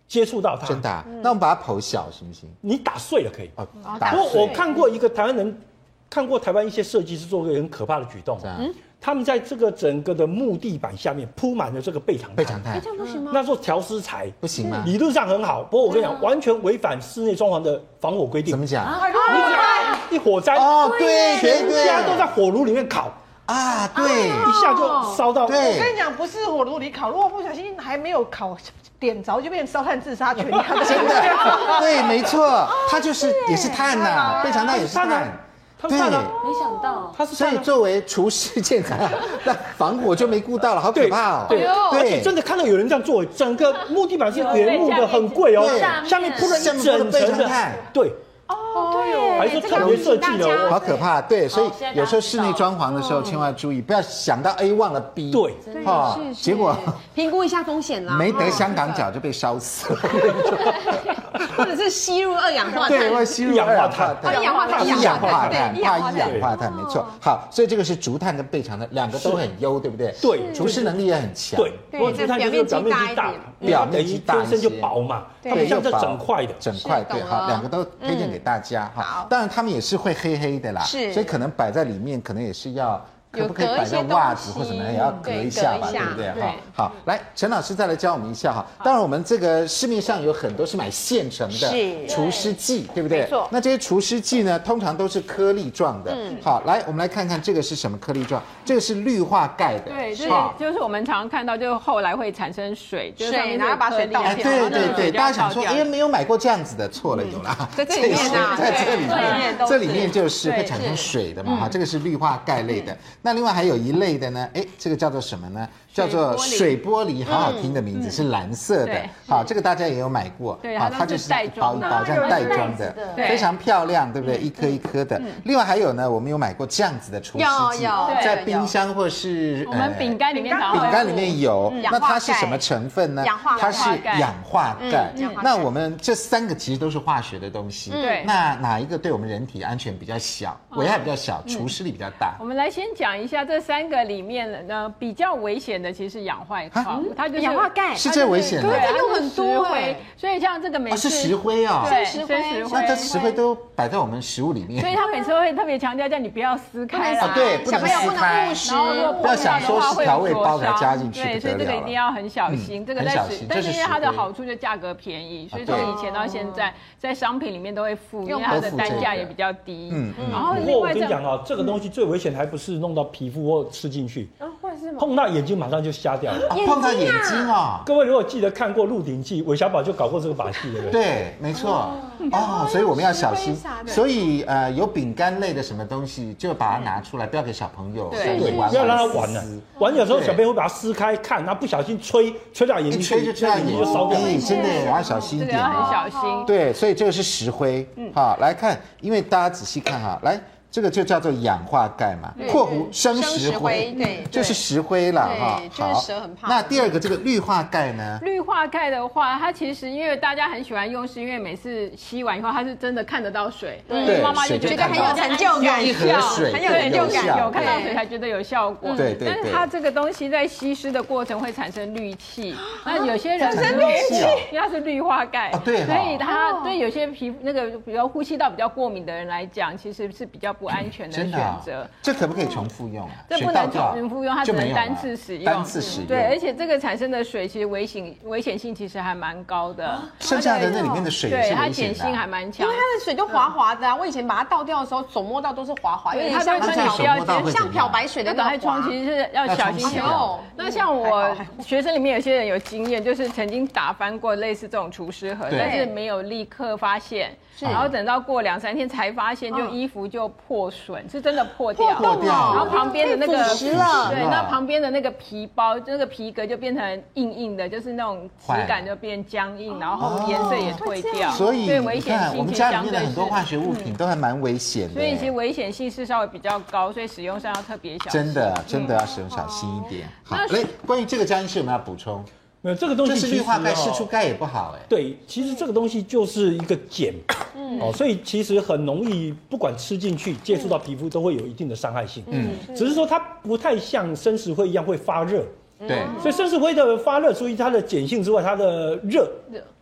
接触到它。
真的啊，那我们把它剖小行不行？
你打碎了可以。
哦，
不
打
过我
碎
看过一个台湾人，看过台湾一些设计师做过一个很可怕的举动哦
这，样
他们在这个整个的木地板下面铺满了这个倍长
倍长
碳，
碳
这样不行吗？
那做调湿材。
不行啊吗？
理论上很好，不过我跟你讲，完全违反室内装潢的防火规定
怎。么
啊
讲？
你只要一火灾，
哦，对对
全家都在
对，
火炉里面烤，
啊，对
一下就烧到。哦
我跟
对
你。讲，不是火炉里烤，如果不小心还没有烤点着，就变成烧炭自杀，全家都
真的，对，没错，它就是也是碳呐，倍长碳也是
它是碳
碳
啊，它是碳啊
对
没想到，
它是
所以
碳啊
作为厨师建材，啊 那防火就没顾到了，好可
对
怕哦。
对，
哎
而且
对，
真的看到有人这样做，整个木地板是原木的，很贵哦
对，
下面铺了一整
下面铺了
层
非常
的
碳，
对，
对
还是特别设计的哦
好可怕，对，所以
现在大家
有时候室内装潢的时候千万要注意，不要想到 A 忘了 B，
嗯对
对
哈
是是
结果
评估一下风险啦，
没
哦
得香港脚就被烧死了，
或者是吸入二氧化碳，
对，会吸入
一氧
二氧
化
化
碳哎
碳，
一氧化碳
一氧化碳，
对一
怕
氧化
一
碳
氧化碳，没错。好，所以这个是竹炭跟倍长的，两个都很优，对不对？
对
除湿能力也很强，
对，
对
不过竹炭就是表面
表面积大
积大
一点，
因为它
表面积大一
等于天生
些
就薄嘛，它
对
不像
又
这
薄
整块的。
整块
是
对
懂
哈，
了嗯
两个都推荐给大家哈。当然他们也是会黑黑的啦，
是
所以可能摆在里面，可能也是要。可
有
不可以
隔一
摆
些
在袜子
东西
或什么，也要隔一下吧，
对隔一
对
下
不对？
对
哈，好，来，陈老师再来教我们一下哈。当然，我们这个市面上有很多是买现成的
是
除湿剂，对不对？
没错嗯
那这些除湿剂呢，通常都是颗粒状的。好，来，我们来看看这个是什么颗粒状，这个是氯化钙的。
对，就是
哈
就是我们常常看到，就是后来会产生水，就是上
水
面
然后把水倒
哎，
掉
对对对，大家想说，哎，
哎，
没有买过这样子的，错了，有啦，
在这里面啊
在这里
对
面，
对
这里面就是
对
会产生水的嘛，哈，这个是氯化钙类的。那另外还有一类的呢，哎，这个叫做什么呢？叫做水玻璃，好好听的名字，是蓝色的
对。
好，这个大家也有买过，
对
好，
它
它
都
就是是一
袋
包
装
一
的
包这样袋装
有
的
袋子的，
对
非常漂亮，对不对？一颗一颗的。另外还有呢，我们有买过这样子的除湿
有
剂
有，
对
在
有
冰箱或是
我们
呃
饼干里面常
饼
会
干里面有，
嗯氧
那
化
它是
钙
什么成分呢？
氧化
它是
钙
氧化钙
嗯氧化。
那
钙嗯
我们这三个其实都是化学的东西。
对
那哪一个对我们人体安全比较小，危害比较
嗯
小，除湿力比较大
我？们来先讲一下这三个里面呢，比较危险的其实是氧化
啊
矿，它就是
氧化钙
是最危险
可是
的。
这用很多
它是石
哎
灰，所以像这个每
哦，
次
是石灰哦。
对
石
是
灰
石
那这
灰。
石灰都摆在我们食物里面。
所以他每次会特别强调叫你不要撕开啦，
啊，对，不
小
能
朋友
撕
不能
开
误。食
然后如果
不要想说是调味包给它加进去
对，
不
所以
得
这个
了
一
了
定。要很小心。
嗯
这个
很小
在
心
使，但
这
是
是
因为它
石
的
灰
好处就价格便宜，所以
啊
从
对哦
以前到现在，在商品里面都会附，因
用
为它
都
的
附
单
这
价
个
也比较低。
嗯嗯
然后
不
另
过我
外
跟
这
你讲啊，这个东西最危险还不是弄到皮肤或吃进去，碰到眼睛马上就瞎掉了。
啊碰到眼睛
啊
哦。
各位如果记得看过《鹿鼎记》，韦小宝就搞过这个把戏，对不对？
对，没错。
嗯
哦，所以我们要小心
石灰啥。的
所以呃，有饼干类的什么东西，就把它拿出来，不要给小朋友
对
对玩
不要让它玩啊
撕
了
撕，
玩有时候小朋友会把它撕开看，然后不小心吹，吹
哎
到眼
一
睛去，
吹就吹到眼
就烧掉了。
睛，真的也要小心一
这个
点
要
哦。
啊很小嗯心。
对，所以这个是石灰。好，来看，因为大家仔细看哈，来，这个就叫做氧化钙嘛，括弧生石灰，
对，
就是石灰啦哈。
对就是
好，
蛇很怕
那
啊
第二个这个氯化钙呢？
氯化钙的话，它其实因为大家很喜欢用，是因为每次吸完以后，它是真的看得到水，
对
妈妈就
水就
觉得
看
很有
到
成就感，
一盒水
很
很
有成就感，
有看到
对
水才觉得有效果。
对对
但是
对
它这个东西在吸湿的过程会产生氯气，那有些人
产生氯气哦
因为它是氯化钙
啊，对哈
所以它对有些皮肤那个比较呼吸道比较过敏的人来讲，其实是比较不安全的
真
选
的啊
择。，
这可不可以重复用啊？
这不
水倒
能
掉
重复用，它只
就没
能
有了
单次使用。嗯
单次使用。
对，而且这个产生的水其实危险危险性其实还蛮高的，
剩下的那里面的水也
对
是
它
危
碱
险的
性还
啊。
蛮
因
强
为。它的水就滑滑的啊，我以前把它倒掉的时候，手摸到都是滑滑，有
对
点像
它
那
会
这样手
穿你不要
摸到会怎
像
么
漂
样？啊
白水的
那
那
赶快
种
冲
滑。
其实是要小心
要冲洗
些
啊
哦
那像
哎
我学生里面有些人有经验，就是曾经打翻过类似这种除湿盒，
对
但是没有立刻发现，然后等到过两三天才发现，就衣服就破损，是真的破掉，
嗯破掉
然后旁边的那个
太腐蚀了
对，
了
那旁边的那个皮包，那个皮革就变成硬硬的，就是那种质
坏
感
了
就变僵硬，然后颜色也褪掉，
哦所以
对危
你
险
看，我
性
们
其实
家
相
里面
对
的很多
是嗯
化学物品都还蛮危险的。
所以其实危险性是稍微比较高，所以使用上要特别小心。哦
真的真的要使用小心一点。好，
那
哎，关于这个，江医师有没有要补充？
没有这个东西
这
其实
是
哦，
氯化钙、释出钙也不好哎。
对，其实这个东西就是一个碱，哦，所以其实很容易，不管吃进去、接触到皮肤，都会有一定的伤害性。嗯，只是说嗯它不太像生石灰一样会发热，
嗯
对，
哦
所以生石灰的发热，除以它的碱性之外，它的热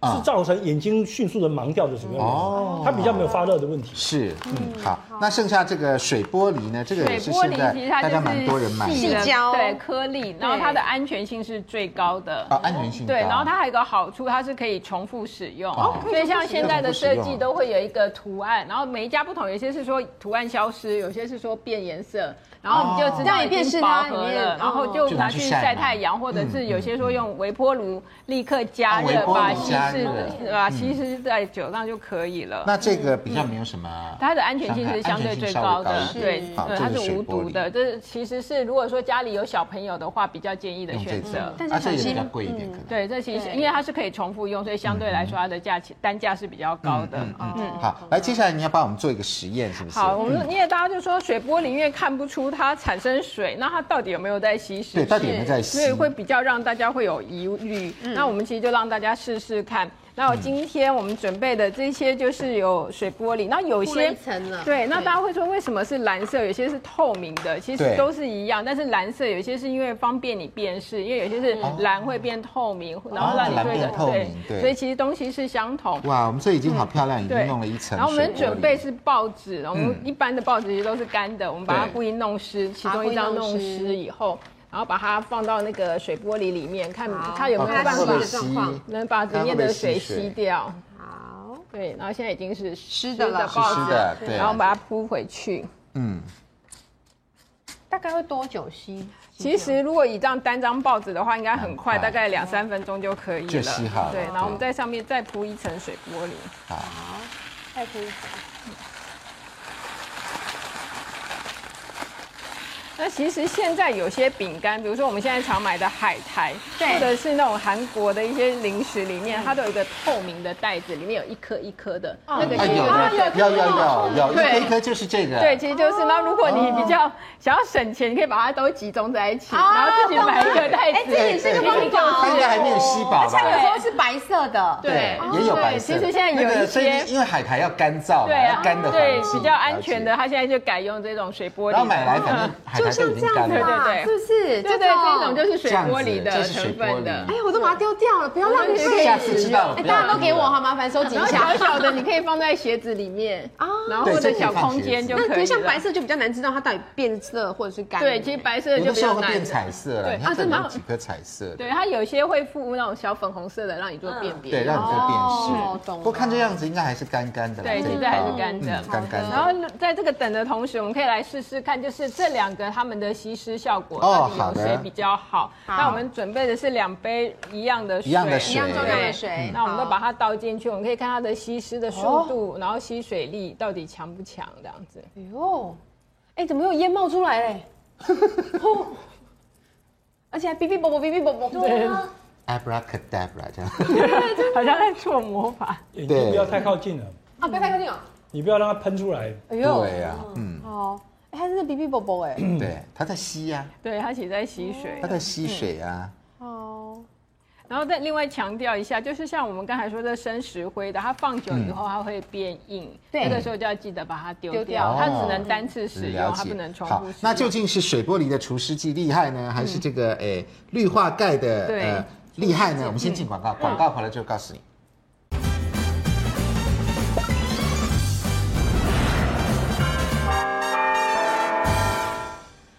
啊
是造成眼睛迅速的盲掉的主要原因。
哦
它比较没有发热的问题。
是，嗯，好。那剩下这个水玻璃呢？这个也是
水玻
现在
璃其实它
大
就
家蛮多人买
是
的
细的
细胶
对颗粒，然后它的安全性是最高的。
啊，安全性高
对，然后它还有一个好处，它是可以重复使用，
哦
所以像现在的设
可以重复使
计
用
都会有一个图案，然后每一家不同，有些是说图案消失，有些是说变颜色，然后你就知
哦这样
道
也
已
辨识
经
它
饱
里
和
面
了，然后
哦
就
就拿
拿
去
去
晒
晒
嘛
太阳，或者是有些
嗯
说用微波炉立刻
啊
加
微
热，
波炉
把稀
加
释
热嗯
把稀释在酒上就可以了。
那这个比较没有什么伤害，
嗯它的安全性是相对最高
安
的
全，性稍微高一点，好，
对对，
这
它
是
是
水
无
玻
毒的。
璃，
这其实是如果说家里有小朋友的话，比较建议的
用这
选
个
择，。
但是
啊，这
小
也比
心
较贵一点可能。
嗯对，这其实
对
因为它是可以重复用，所以相
嗯
对来说它的价钱单价是比较高的。嗯。
好，来，接下来你要帮我们做一个实验，是不是？嗯
好，我们因为大家就说水玻璃，因为看不出它产生水，那它到底有没有在稀释？
对，到底有没有在吸
所？以会比较让大家会有疑虑。
嗯
那我们其实就让大家试试看。那
嗯
我今天我们准备的这些就是有水玻璃，那有
了
些
一层了
对，那大家会说为什么是蓝色，有些是透明的，其
对
实都是一样，但是蓝色有些是因为方便你辨识，因为有些是蓝会变透明，然后让你
哦蓝
对
变
的
透明对
所以其实东西是相同。
哇，我们这已经好漂亮，已经
对，
弄了一层水玻璃。
然后我们准备是报纸，我们
嗯
一般的报纸其实都是干的，我们把它
对
故意弄湿，其
把它
中一张
故意弄
弄湿以后，然后把它放到那个水玻璃里面，看
好
它有没
哦
有
看
办
会不会
法
是状
吸
况
能把里面的水吸掉。
好，
对，然后现在已经是湿
的了
报
湿
纸
的对啊
然后把它铺回去。
嗯，
大概会多久吸？
其实如果以这样单张报纸的话，应该很
很快
快，大概两三分钟就可以了。
就吸好了
对，然后我们
对
在上面再铺一层水玻璃。
好，
太可以了。
那其实现在有些饼干，比如说我们现在常买的海苔，
对
或者是那种韩国的一些零食里面，它都有一个透明的袋子，里面有一颗一颗的，那个
啊，
也
有
啊有
有有有有，一颗
对
一颗就是这个。
对，，其实就是那如果你比较想要省钱，你可以把它都集中在一起，
哦
然后自己买一个袋
哎，
子。
这也是一个方法
它应该还没有
哦。
吸饱
而且有
吧？
时候是白色的，
对
也有
对
白色的。
其实现在有
那个
一
所以
些
因为海苔要干燥嘛，
对
要
啊，
干的
对
环境
比较安全。的，
了解
它现在就改用这种水波璃。
然后买来反正海苔都已经干
对
了。
对对
是不是？
对对，这种就是是水波璃
这样
的
子这是水
成
波璃
分的。
哎，我都把它丢掉了，不要浪费。
下次知道了
哎
不要
大家都
浪费
给我
了
好，麻烦收集
然
一
后
下
小。小的，你可以放在鞋子里面啊，然后
对
或者
这可以
小
放鞋
空间
子
就
那
可以了。
可是像白色就比较难知道它到底变色或者是干了。
对，其实白色的
有
就
的
比
时候
较
会
难
变。彩色了，
对
你看
啊
这
真
里
的
有几颗彩色的，
对，它有些会附那种小粉红色的，让你做辨别。
对，让你做辨
哦
识。
懂了
不过看这样子应该还是干干的啦，
对
这一
现在还是
包
干的
嗯干干的。
然后在这个等的同时，我们可以来试试看，就是这两个它们的吸湿效果
哦
到底有谁比较好？那我们准备的是两杯一样的水，
一样的水一样
重量的
嗯
水
那我们都把它倒进去，我们可以看它的吸湿的速度，然后吸水力到底强不强，这样子。
哎呦，哎，怎么有烟冒出来嘞？哦而且还哔哔啵啵哔哔啵啵。对啊
abracadabra 这样，
好像在做魔法。
眼
对
睛不要太靠近了，
啊，不要太靠近哦。
你不要让它喷出来。
哎呦，
对呀，嗯，
哦，哎，它真的哔哔啵啵 哎。
对，它在吸呀，
对，它其实在吸水
它。在吸水啊，
哦，
然后再另外强调一下，就是像我们刚才说的生石灰的，它放久以后它会变硬，
对
那个时候就要记得把它丢
丢
掉
掉，
它只能单次使
嗯
用，
了
它
解。
不能重
哦好
复使用。，
那究竟是水玻璃的除湿剂厉害呢，还是这个诶氯化钙的
对
呃厉害呢？我们先进广告，广告回来之后告诉你。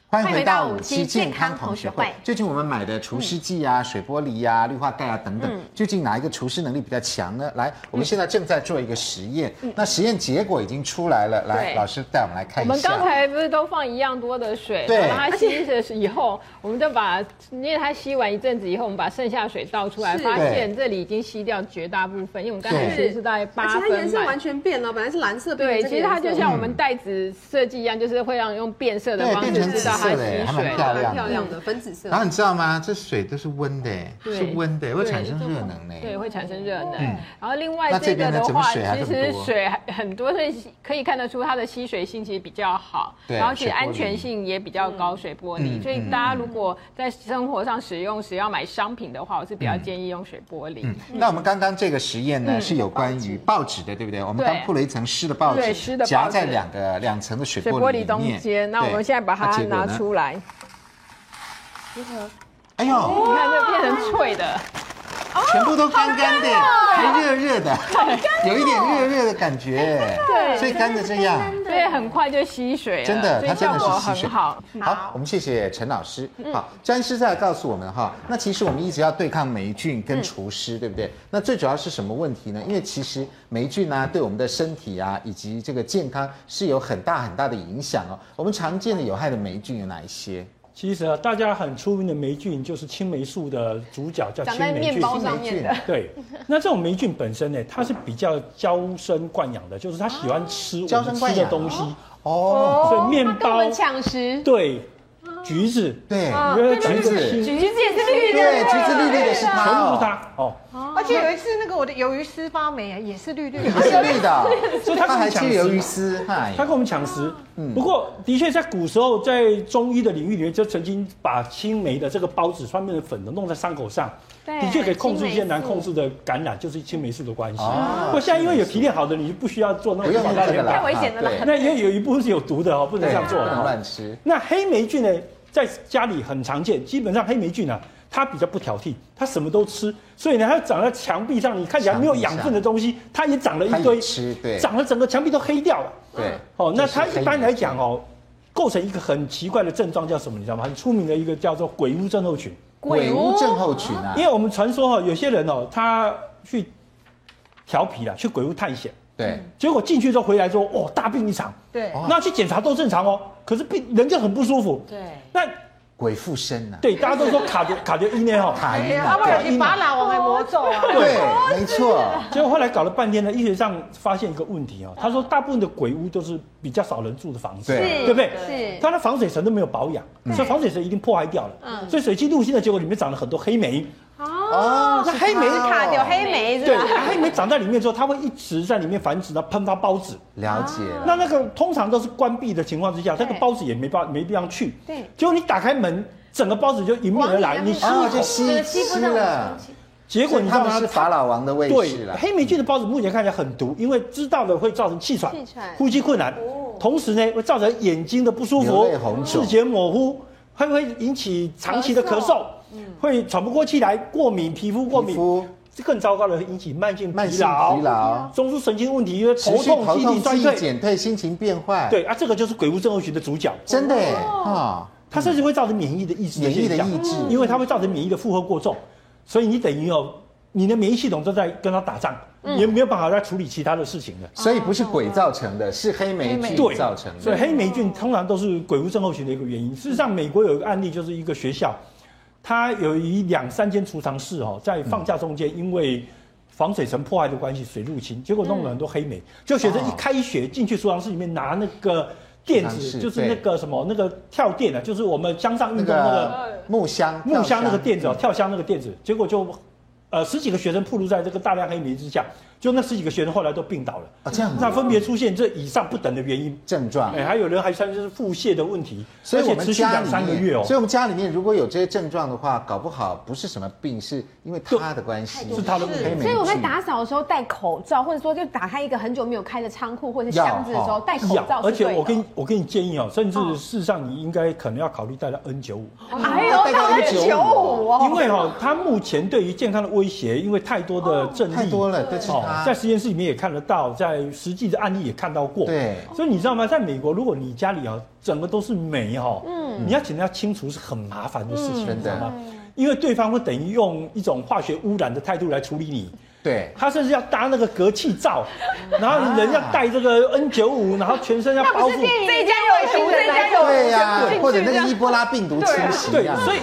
欢迎回到五期健康同学会。究竟我们买的除湿剂啊、水玻璃啊、氯化钙啊等
嗯
等，究竟哪一个除湿能力比较强呢？来，我们现在正在做一个实验，那实验结果已经出来了。来，
嗯对
老师带我们来看
我
一下。
们刚才不是都放一样多的水，
对
然后它吸的以后，我们就把，因为它吸完一阵子以后，我们把剩下的水倒出来，发现这里已经吸掉绝大部分，因为我们刚才
对
其实是在
而
八
且它颜
分
色
满
完。全变了，本来是蓝色，变成这
对，
个
其实它
颜色
就像我们袋子设计一样，就是会让用变色的
嗯对
方式
变成
知道它
紫色
吸
的耶还蛮
水。
漂亮
蛮漂亮的粉紫色
然。后你知道吗？这水都是温的耶，是温的耶，会产生热能呢。
对，会产生热能。然后另
嗯
外
那
这
这边
个
呢
的
怎么
话，
水还这
其
么
实
多
水还很多，所以可以看得出它的吸水性其实比较好，
对
然后其实
水玻璃
安全性也比较高，水玻璃。
嗯
所以大家如果在生活上使用时要买商品的话，我是比较建议用水玻璃。
嗯，那我们刚刚这个实验呢，是有关于报纸的，对不对？我们
嗯对
刚铺了一层湿的报纸，
对湿的报纸
夹在两个两层的水
水
玻
玻
璃里
璃中
面
间，那我们
对
现在把它
结果
拿
呢
出来，
哎呦，
你看这变成脆的，
全部都干干的，还热热的，有一点热热的感觉，对，所以干的这样。
所以很快就吸水了，
真的，
所
它
以
真
效
的是
果
吸水
很好。
好，我们谢谢陈老师。好，詹师在告诉我们哈，那其实我们一直要对抗霉菌跟除湿，对不对？那最主要是什么问题呢？因为其实霉菌啊，对我们的身体啊以及这个健康是有很大很大的影响哦。我们常见的有害的霉菌有哪一些？
其实啊，大家很出名的霉菌就是青霉素的主角叫青霉菌。
青霉菌啊，
对，那这种霉菌本身呢，它是比较娇生惯养的，就是它喜欢吃
娇
我
生
们
惯
吃
养
的
啊
东西，
哦，
所以面
跟我
包
们抢食，
对，橘子，
对
你觉得橘
橘子
子青，全
橘子也是绿
对，橘子绿绿的是它
部是
哦，
它哦，
而且有一次那个我的鱿鱼丝发霉啊，也是绿 绿的。
它是绿的，
所以它
它
跟
还
我们
吃
抢
鱿鱼丝，
食，
哎嗨
嗯它，跟我们抢食。
嗯
不过的确在古时候，在中医的领域里面，就曾经把青霉的这个孢子酸变成粉的弄在伤口上，的确可以控制一些难控制的感染，就是青霉素的关系。
哦
不过现在因为有提炼好的，你就不需要做那
不
种
用
广
用
告
这个
联
了，
保
太危险了啦
啊对
那也有一部分是有毒的哦， 不能这样做
对不能
的。
乱吃。
那黑霉菌呢，在家里很常见，基本上黑霉菌啊，它比较不挑剔，它什么都吃，所以呢，它长在墙壁上，你看起来没有养分的东西，它也长了
它
一
也
堆，
吃，对，
长了整个墙壁都黑掉了。
对，
哦，那它
这是黑
一般来
霉菌
讲哦，构成一个很奇怪的症状叫什么？你知道吗？很出名的一个叫做鬼屋症候群，
鬼屋症候群啊
因，为我们传说哦，有些人哦，他去调皮了，去鬼屋探险。
对，
结果进去之后回来之后，哦，大病一场。
对
哦那去检查都正常哦，可是病人就很不舒服。
对
那
鬼附身呐、
对，大哎家都说 卡着卡着哦伊内哈，
卡因
他
啊，
们有去把老王给魔咒啊！
对，没错，
结果后来搞了半天呢，医学上发现一个问题哦，他说大部分的鬼屋都是比较少人住的房子，
对
对不对？
是
它的防水层都没有保养，所以防水层一定破坏掉了。所以水汽入侵的结果，里面长了很多黑霉。
哦，
那黑莓是卡掉，黑莓是
对
吧？，
黑霉长在里面之后，它会一直在里面繁殖，然后喷发孢子。
了解了。
那那个通常都是关闭的情况之下，那个孢子也没办没地方去。
对，
结果你打开门，整个孢子就迎面而来，你吸
哦，
一
就
口，
吸吃了，
结果你知
他
道
们
吗
是？法老王的卫士
对
了，，
黑霉菌的孢子目前看起来很
嗯
毒，因为知道了会造成气喘、哦呼吸困难，同时呢会造成眼睛的不舒
流
服
泪红、肿
视觉模糊，还会引起长期的咳嗽，嗯会喘不过气来、过敏、皮肤过
皮
敏
肤，
这更糟糕的会引起慢性
慢
疲
性
劳、
疲劳
中枢神经问题、因为
持
头
续头
痛、记忆
痛、
力衰
记忆
退。
减退、心情变坏，，
对啊，这个就是鬼屋症候群的主角，
真的耶哈，
它甚至会造成免疫的抑制
免疫的
现象
抑制
因为它会造成免疫的负荷过重，所以你等于哦，你的免疫系统都在跟它打仗，也
嗯
没有办法再处理其他的事情了。
所以不是鬼造成的，是哦黑霉菌
对
造成
所以
的。
黑霉菌通常都是鬼屋症候群的一个原因。事实上，美国有一个案例，就是一个学校，它有一两三间储藏室哦，在放假中间，因为防水层破坏的关系，水入侵，结果弄了很多黑霉。就学生一开学进去储藏室里面拿那个垫
储藏室
子，就是
对
那个什么那个跳垫啊，就是我们江上
那
运动那个
个木箱，嗯
木箱那个垫子哦，跳箱那个垫子，结果就，呃，十几个学生暴露在这个大量黑霉之下，就那十几个学生后来都病倒了。
啊，这样子
那分别出现这以上不等的原因，
症状
哎、。还有人还算是腹泻的问题，
所以我
而
们
且持续
家
两
里
三个月
面，
哦
所以。我们家里面如果有这些症状的话，搞不好不是什么病，是因为他的关系，
是他的问题
黑霉
所以我在
菌
打扫的时候戴口罩，或者说就打开一个很久没有开的仓库或者箱子的时
要
候
哦
戴口罩是
而
对
且
的。嗯
我跟我给你建议哦，甚至事实上你应该可能要考虑带到 N 9 5
哎呦，
戴
到
到
了
195
九五哦，
因为哦，它目前对于健康的威胁，因为太多的症例
太多了，对，是
哦
他，
在实验室里面也看得到，在实际的案例也看到过。
对
所以你知道吗？在美国，如果你家里啊整个都是霉哈、嗯，你要请他清除是很麻烦的事
真
情，
的
你知道吗？因为对方会等于用一种化学污染的态度来处理你。
对，
他甚至要搭那个隔气罩，然后人要戴这个 N 9 5然后全身要包覆。
这一家有
哎
毒，这一家有毒，
对 呀
全，部
或者
进去这
那个
样
伊波拉病毒侵袭啊
对
一样，的，
所以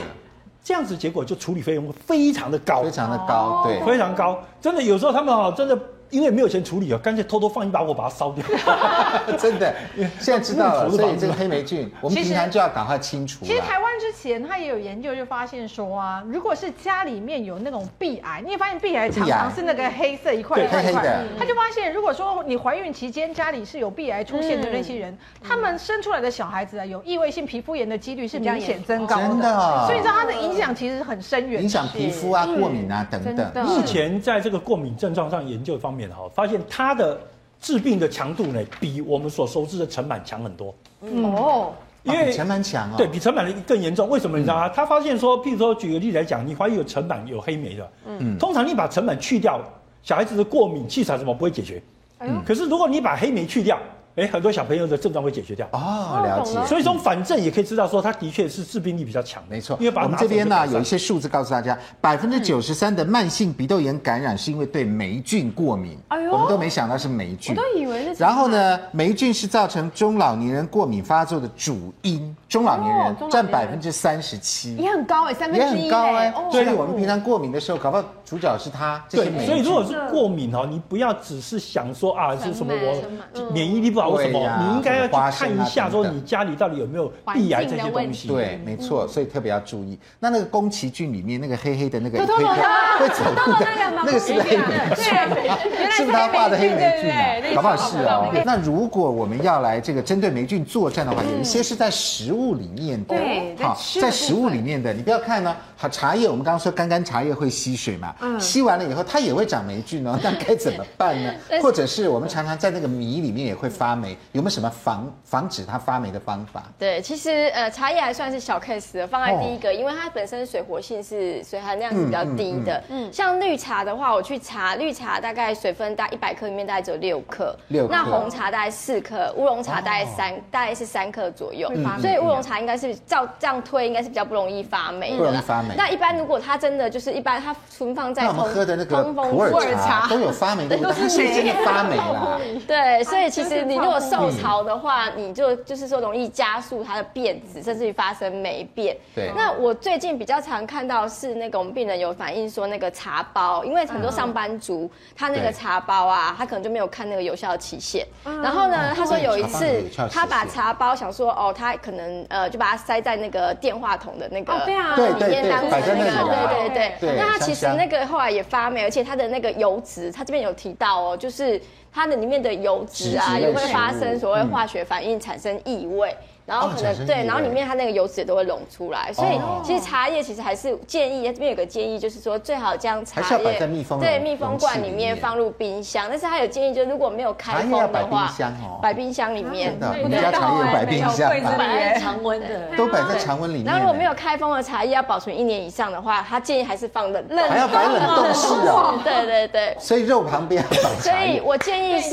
这样子结果就处理费用会非常的高，
非常的高，对，
非常高，真的有时候他们哦，真的因为没有钱处理哦，干脆偷偷放一把火把它烧掉。哦
真的，现在知道了，
木
所
头的
以
房
这
子
个黑霉菌，我们
其实
平常就要赶快清除
其实台
了。
湾之前他也有研究，就发现说啊，如果是家里面有那种壁癌，你也发现壁癌常
壁癌
常是那个黑色一块
对
一块一
黑黑的
块，他就发现，如果说你怀孕期间家里是有壁癌出现的那些
嗯
人，他们生出来的小孩子啊，有异位性皮肤炎的几率是明显增高
真的啊
所以你知道它的影响其实很深远，
影响皮肤啊、过敏啊等等，
目前在这个过敏症状上研究方面哈，发现它的治病的强度呢，比我们所熟知的尘螨强很多，
哦，
因
哦
为
比尘螨嗯强哦，
对比尘螨更严重。为什么你知道吗？他发现说，譬如说举个例来讲，你怀疑有尘螨有黑霉的，嗯，通常你把尘螨去掉，小孩子的过敏、气喘什么不会解决，
哎
可是如果你把黑霉去掉，哎，很多小朋友的症状会解决掉。
哦，了解。
所以从反正也可以知道说，它的确是治病力比较强，
没错，
因为把它
我们
拿
这
走
边
就
呢
改善
有一些数字告诉大家，百分之九十三的慢性鼻窦炎感染是因为对霉菌过敏，
哎呦
我们都没想到是霉菌，
我都以为是
然后呢，霉菌是造成中老年人过敏发作的主因，中老年
哦
人
中老
占
年
百
人
分之三十七，
也很高哎，三分
也
之
很
一
高
嘞
哎、
哦
所以我们平常过敏的时候，搞不好主角是他这些
对，
霉
所以
菌。
如果是过敏哦，你不要只是想说啊，是什么我免疫力不好或什么
对呀，
你应该要
什么花
去看
生啊
一下，说
等等
你家里到底有没有避癌这些东西。
对，没错，所以特别要注意。那那个宫崎骏里面那个黑黑的那个
偷偷
推推
的
会走路的
那个嘛
那个是不是黑
宫崎
霉
骏的
菌
对
啊？是不是他画的黑霉菌啊？搞不好是哦。那如果我们要来这个针对霉菌作战的话，有一些是在食物里面的，哦
对在吃的
在食物里面的，你不要看呢。好，茶叶我们刚刚说干干茶叶会吸水嘛，吸完了以后它也会长霉菌哦，那该怎么办呢？ 或者是我们常常在那个米里面也会发霉，有没有什么防防止它发霉的方法？
对，其实呃，茶叶还算是小 case 的，放在
哦
第一个，因为它本身水活性是水含量是比较低的。嗯，像绿茶的话，我去查绿茶大概水分大一百克里面大概只有六克，
6克哦
那红茶大概四克，乌龙茶大概三、大概是三克左右，所以乌龙茶应该是照这样推应该是比较不容易发霉
嗯不
的
容易
啦。
发霉
那一般如果它真的就是一般它存放在
那我们
通
喝的那个
通风
普洱
处
茶都有发霉的味道，它是不是真的发霉啦？
对，所以其实你如果受潮的话，你就就是说容易加速它的变质，甚至于发生霉变。
对
那我最近比较常看到是那个我们病人有反映说那个茶包，因为很多上班族他那
嗯对嗯
个茶包啊，他可能就没有看那个有效期限。然后呢，他说有一次
对茶包有效期限
他把茶包想说哦，他可能呃就把它塞在那个电话筒的那个
对啊
哦对对
烟
对
弹
摆在那
那
里啊
个，对对
对
对。那它其实
香香
那个后来也发霉，而且它的那个油脂，它这边有提到哦，就是它的里面的油脂
脂质
啊，
类
也会
食物
发生所谓
嗯
化学反应，产生异味。然后
哦
可
产生
能
异味
对，然后里面它那个油脂也都会溶出来，所以
哦
其实茶叶其实还是建议这边有个建议，就是说最好将茶
还是要摆
叶
在密封
对
容
密封
容器
罐
里
里
面
面放入冰箱，但是它有建议，就是如果没有开封
茶叶
的
要摆
话
冰箱哦，
摆冰箱里面
真的，
对
我们家茶叶摆冰箱
都
吧，
摆在常温的。
都摆在常温里面。
然后如果没有，开封的茶叶要保存一年以上的话，他建议还是放冷冻。
还要摆冷冻室啊，
对对对。
所以肉旁边要摆
所
茶
以
叶。
我建议是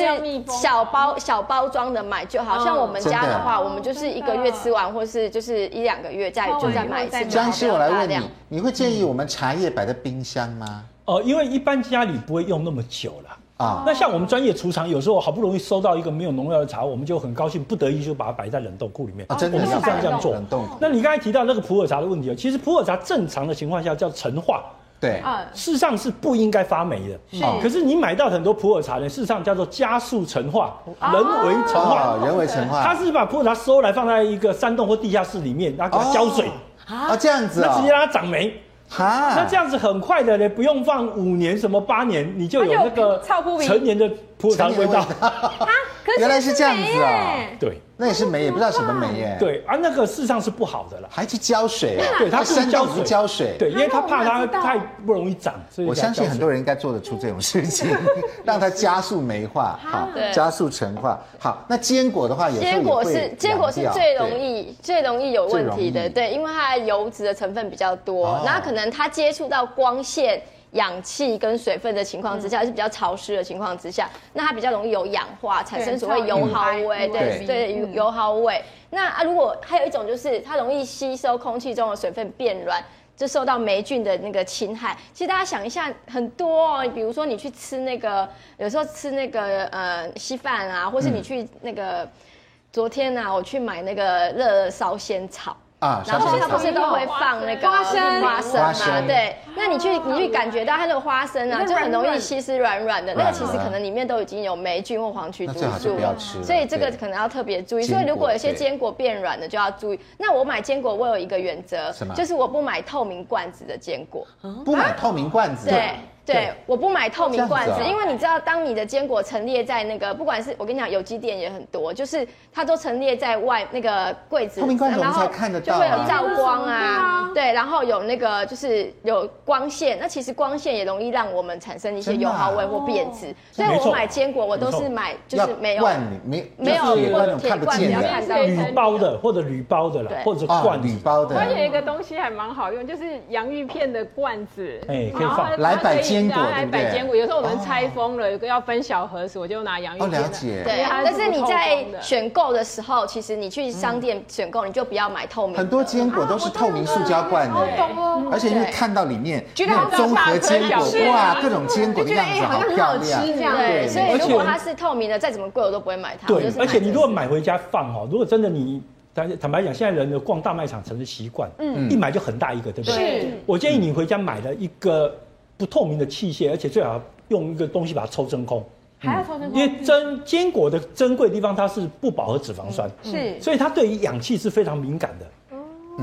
小包小包装的买就好，像我们家的话，我们就是一个月吃完，或是就是一两个月家里就再买一次。
江西，我来问
不要大
你
量，嗯
你会建议我们茶叶摆在冰箱吗？
哦，因为一般家里不会用那么久了。
啊，
那像我们专业厨厂，有时候好不容易收到一个没有农药的茶，我们就很高兴，不得已就把它摆在冷冻库里面。
啊真的
哦
我们是这样这样做
冷。冻库
那你刚才提到那个普洱茶的问题哦，其实普洱茶正常的情况下叫陈化，
对，
哦
事实上是不应该发霉的。
哦
可是你买到很多普洱茶呢，事实上叫做加速陈化，人为陈化
哦，。人为陈化
他是把普洱茶收来放在一个山洞或地下室里面，然后给它浇水，
啊，这样子
那
啊
直接，让它长霉。
哈
那这样子很快的呢，不用放五年什么八年，你就有那个
它就有臭扑鼻
成年的普洱茶的味
啊
道。
原来是这样子啊，
对
那也是霉，也不知道什么霉耶，，
对啊，那个事实上是不好的啦。
还去浇水啊，
对，它不
山洞
能浇
不
水，
浇水，
对，因为它怕它太不容易长，所以
我相信很多
人
人应该做得出这种事 情，让它加速霉化，好，
对
加速陈化。好，那坚果的话，有时候也
坚果是
会
坚果是
凉掉
最容
对
易最容易有问题
最容易
的，对，因为它的油脂的成分比较多
哦，
那、可能它接触到光线。氧气跟水分的情况
嗯
之下，而且比较潮湿的情况之下，那它比较容易有氧化，产生所谓油耗味，
对嗯
对对，油油耗味。那啊，如果还有一种就是它容易吸收空气中的水分变软，就受到霉菌的那个侵害。其实大家想一下，很多、哦，比如说你去吃那个，有时候吃那个呃稀饭啊，或是
嗯
你去那个。昨天呢、啊，我去买那个热烧仙草。
啊，
然后它
它
不是都会放那个花生花生
花
嘛？
生
对，那你去你去感觉到它的花生啊，就很容易吸湿软软的，那个其实可能里面都已经有霉菌或黄曲
那
毒
最好就
素
不要吃了，
所以这个
对
可能要特别注意。
坚
所
果
以如果有些
对
坚果变软的就要注意。那我买坚果我有一个原则
什么，
就是我不买透明罐子的坚果。
不买透明罐子，
啊对。
对
对，我不买透明罐
这
子，
样子啊
因为你知道，当你的坚果陈列在那个，不管是我跟你讲，有机店也很多，就是它都陈列在外那个柜子，
透明罐子我
然
们才
后
看得
就
到啊
会有照光啊，对，然后有那个就是有光线，那其实光线也容易让我们产生一些
真的
油
啊
耗味或变质，所以
没
我
错
买坚果我都
没
是
错
买就
要
是没有
罐里没
没有
就是铁罐
或
那
者
种
铁
看不
罐比
见
较
的
看到
铝包的或者铝包的啦，
对
或者是
啊，
罐子
铝。包的
我有一个东西还蛮好用，就是洋芋片的罐子，
哎可以
然后
放
它
来摆坚果对
它可以拿来
不对
摆坚果。有时候我们拆封了，有个要分小盒子，我就拿洋芋
哦，
片的。
了解，
对，
它是
但是
不
你
透
在
光的
选购的时候，其实你去商店选购，你就不要买透明的。
很多坚果都是透明塑胶罐的，
哦
而且因为看到里面那种综合坚果，哇，各种坚果的
哎
样子好漂亮，
哎
对，所以
而且
如果它是透明的，再怎么贵我都不会买它。我
对
就，是买
而且你
这
如果买回家放哦，如果真的你坦坦白讲，现在人的逛大卖场成了习惯，嗯，一买就很大一个，对不
嗯
对？是。我建议你回家买了一个不透明的器械，而且最好用一个东西把它抽真空。
还要抽真
因
空
为真坚果的珍贵地方，它是不饱和脂肪酸，
是
所以它对于氧气是非常敏感的。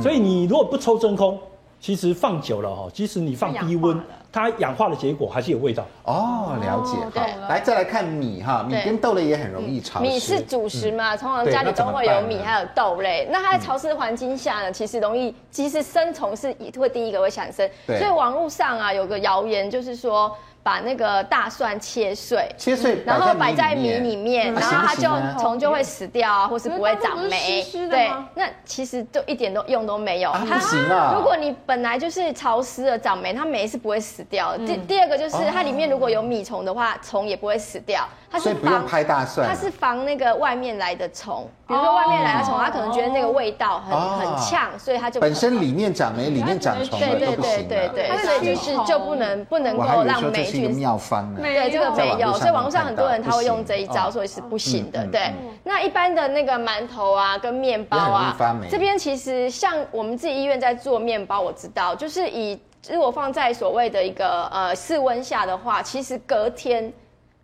所以你如果不抽真空，其实放久了哈，即使你放低温，它氧化的结果还是有味道。
哦，了解，好，来再来看米哈，米
对
跟豆类也很容易潮湿，
米是主食嘛，通常
对
家里
那怎
都
么
会有
办
米
呢
还有豆类。那它在潮湿环境下呢，其实容易，其实生虫是一会第一个会产生。
对
所以网络上啊有个谣言，就是说把那个大蒜切碎。
切碎，
然后摆在米里面，
啊
然后它
行不行啊
就虫就会死掉啊，或是不会长霉。对，那其实就一点都用都没有。
啊
它
不行啊
如果你本来就是潮湿的长霉，它霉是不会死掉的。
嗯
第第二个就是
哦
它里面如果有米虫的话，虫也不会死掉。它
所
是
以不用
防
拍啊大蒜，
它是防那个外面来的虫，比如说外面来的虫，它可能觉得那个味道很、
哦
很呛，所以它就不
本身里面长霉，里面长虫
对
了都
对
不
对
行
对
了。
对，所以就是就不能不能
我还以
够
为
让
说这
霉
是一个
菌
妙方呢。
没
对，这个
有
没有，所以网络上很多人他会用这一
哦
招，所以是不行的
嗯嗯。
对，那一般的那个馒头啊，跟面包
也很容
啊
易发霉，
这边其实像我们自己医院在做面包，我知道，就是以如果放在所谓的一个呃室温下的话，其实隔天。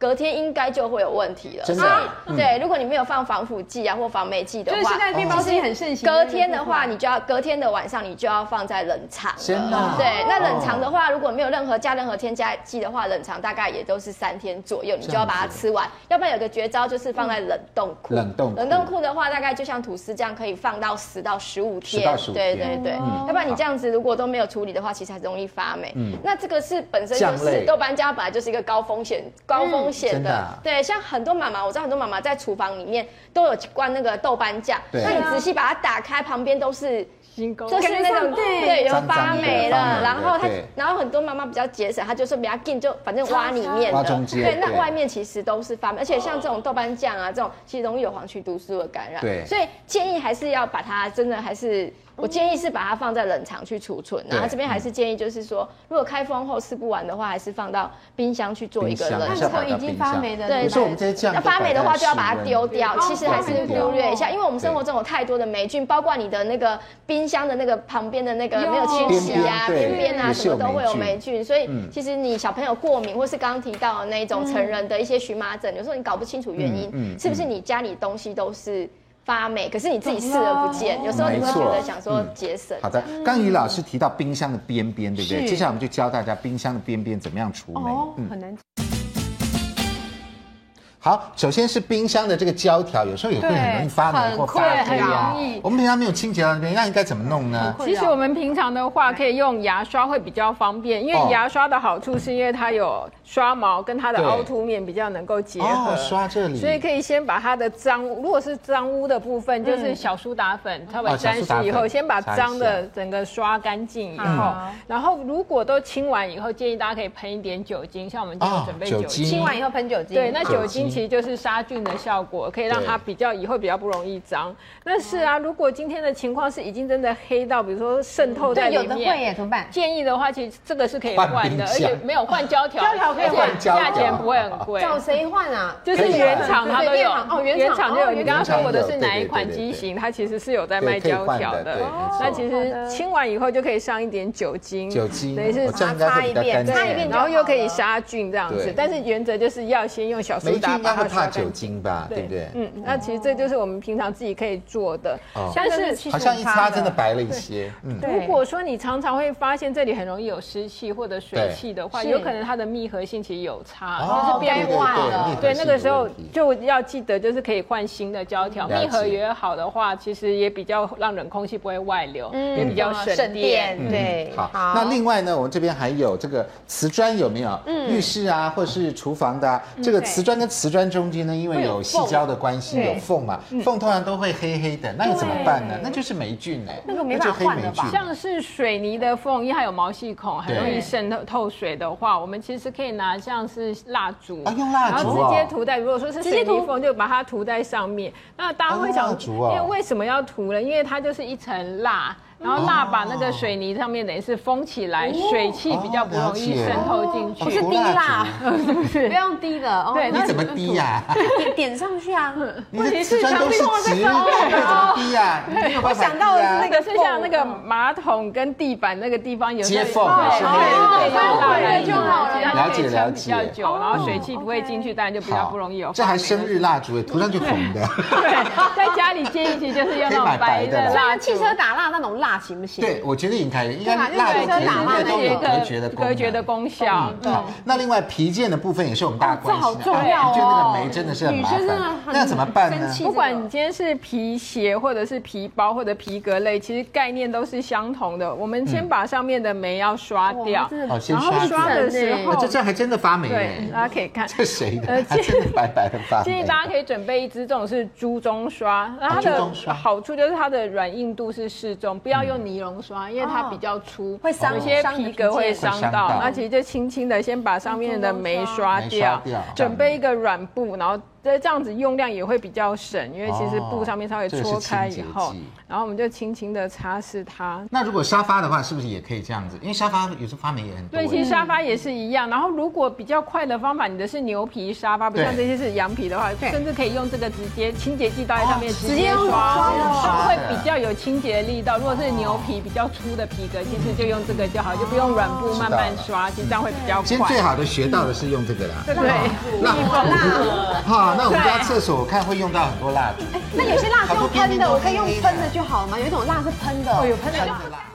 隔天应该就会有问题了，
真的啊嗯
所以对，如果你没有放防腐剂啊或防霉剂的
就
话，哦
是现在面包机很盛行。
隔天的话，你就要隔天的晚上，你就要放在冷藏了。
真的啊
对，那冷藏的话，如果没有任何加任何添加剂的话，冷藏大概也都是三天嗯左右，你就要把它吃完。要不然有个绝招就是放在冷冻库。
冷冻库
冷冻库的话，大概就像吐司这样，可以放到十到十五
10
天
到。15
对对
天嗯
对，要不然你这样子如果都没有处理的话，其实还容易发霉。那这个是本身就
酱类嗯
是豆瓣酱本来就是一个高风险、高风险
真的
的
啊。
对，像很多妈妈，我知道很多妈妈在厨房里面都有灌那个豆瓣酱，
对
那你仔细把它打开，旁边都是。
新工
就是那种对，有发霉了，然
脏脏的
后它
对，
然后很多妈妈比较节省，她就说比较近，就反正挖里面
挖
的，
中间
对，
对
那外面其实都是发霉，而且像这种豆瓣酱啊，这种其实容易有黄曲毒素的感染，
哦对
所以建议还是要把它真的还是。我建议是把它放在冷藏去储存，然后
对嗯
这边还是建议就是说，如果开封后吃不完的话，还是放到冰箱去做
冰
一个
箱
冷
还是
藏
要。把它
已经
冰
发
箱
霉的
对
有时候我们这些酱
那
都摆
发霉的话
在
就要
室
把它
温
丢掉，
对
其实还是忽略一下，
哦
因为我们生活中有太多的霉菌，包括你的那个冰箱的那个旁边的那个没有清洗
边边
啊、
对
边边啊，
也是
什
有
么都会有霉菌，所以
嗯
其实你小朋友过敏，或是刚刚提到的那一种成人的一些荨麻疹，有时候你搞不清楚原因
嗯嗯，嗯
是不是你家里东西都是发霉，可是你自己视而不见，有时候你会
没错
觉得想说
嗯
节省。
好的，刚于老师提到冰箱的边边，对不对？
是
接下来我们就教大家冰箱的边边怎么样嗯除霉。
哦，很难。
好，首先是冰箱的这个胶条，有时候也会很容易发霉
对
或发
很快
黑啊
很容易。
我们平常没有清洁到那边，那应该怎么弄呢？
其实我们平常的话，可以用牙刷会比较方便，因
哦
为牙刷的好处是因为它有刷毛跟它的
对
凹凸面比较能够结合。
哦，刷这里，
所以可以先把它的脏，如果是脏污的部分，就是小苏打粉稍
哦
微
小苏
沾
打
湿以后，
粉
先把脏
擦一
的整个刷干净以后，然后如果都清完以后，建议大家可以喷一点酒精，像我们今天
啊
有准备
酒
酒精。
精，
以后喷酒精
对，那酒
酒精
精其实就是杀菌的效果，可以让它比较以后比较不容易脏。但是啊，如果今天的情况是已经真的黑到，比如说渗透在
对，
里
有的会
面。
耶，怎么办？
建议的话，其实这个是可以
换
换
冰
的，
箱
而且没有换胶条，
胶条可以
而且
换
胶条
价钱不会很 贵。
找谁换啊？
就是原厂它都
对
有
原厂哦原厂
就有。
哦
你
原
刚
厂
刚说我的是
有
哪
对
一
对
款
对
机
对
型，它其实是有在
对
卖
可以
胶
换
条
的对
的
没。错
那其实清完以后就可以上一点酒精，
酒精，
等于是
哦这样应该会比较干净。
擦一遍
然后又可以杀菌这样
对
子。但是原则就是要先用小苏
霉菌
打
应该
把
会怕
它刷
酒
干净。
精吧，对不对？
嗯，那其实这就是我们平常自己可以做的
哦，
但是
好像一擦真的白了一些，嗯，
如果说你常常会发现这里很容易有湿气或者水气的话，
对
有可能它的密合性其实有差，
哦
就是变
该换
对对
了
密合
对，
性
那个
的
时候
问题
就要记得，就是可以换新的胶条，
了解
密合也好的话，其实也比较让冷空气不会外流，也比较省电。
嗯
对，
好，那另外呢，我们这边还有这个瓷砖有没有？浴室啊，或是厨房的啊，这个瓷砖跟瓷砖中间呢，因为有细胶的关系，有缝嘛，缝通常都会黑黑的，那你怎么办呢？那就是霉菌哎，那个没办法换的吧
像是水泥的缝，因为它有毛细孔，很
对
容易渗透透水的话，我们其实可以拿像是蜡烛
啊用蜡烛
然
哦
后直接涂在。如果说是水泥缝，就把它涂在上面。那大家会
啊哦
想
蜡，烛哦
因为为什么要涂呢？因为它就是一层蜡。然后蜡把那个水泥上面等于是封起来，水汽比较不容易
哦哦了解
渗透进去。
不是滴蜡烛，
不用滴的哦。
对，
你
那
怎么滴呀？
点点上去啊，
你的瓷砖都是直立的，你怎么滴呀？你没有办法
我想到的是
滴啊
那
那个是像那个马桶跟地板那个地方有
接
时
缝
候
也
对
是
对
那
对
个
对，要打
了
人
解
就好了，然后
了解
可以撑比较
了解
久，然后水汽不会进去，当然就比较
好
不容易有。
这还生日。蜡烛哎，涂上去红的。
对，在家里建议其实就是用那
可以买
种
白
白
的啦
的蜡
那
烛
汽。车打蜡那种蜡行不行？
对，我觉得应该应该
对吧
蜡
就是
烛
在车打蜡
应该
那
都
些
有
个
隔绝的功能
隔绝的功效。
嗯好，那另外皮件的部分也是我们大家关啊哎心的，
这好重啊要哦
对那个霉真的是很麻
女生真的
烦，
很
那怎么办呢
生？气
不管你今天是皮鞋，或者是皮包，或者皮革类，其实概念都是相同的。我们先把上面的霉要刷掉，
好，哦先
然后
刷子
刷的时
哦
候
这，这还真的发霉
对，
耶，
大家可以 看，
这谁的
呃？
还
建
真的白白的发霉。
建议大家可以准备一支这种是猪鬃刷，那它
哎啊猪鬃刷
的好处就是它的软硬度是适中，不要用尼龙刷，因为它比较粗，会
伤
有些
伤
皮革会伤
哦会伤
到
到。
那其实就轻轻的先把上面的霉刷
霉刷
掉
掉，
准备一个软布，然后这这样子用量也会比较省，因为其实
哦
布上面稍微
这个是
搓开以
清洁
后
剂，
然后我们就轻轻的擦拭它，
那如果沙发的话，是不是也可以这样子？因为沙发有时候发霉也很多。
对，其实沙发也是一样。然后如果比较快的方法，你的是牛皮沙发，不像这
对
些是羊皮的话，甚至可以用这个直接清洁剂倒在上面
哦
直
直接
接
用
刷，
刷
它会
的
比较有清洁力道。如果是牛皮比较粗的皮革，其实就用这个就好，就不用软布慢慢刷，其实这样会比较
今天最
快。
好的学到的是用这个啦。
对对，
蜡烛，哈，那我们家厕所我看会用到很多蜡烛。
哎那有些蜡是
好
用
多边
喷
边
的，
都
我可以用
黑黑的
哦喷的就好了嘛。有一种蜡是喷的，有喷的蜡。
啦。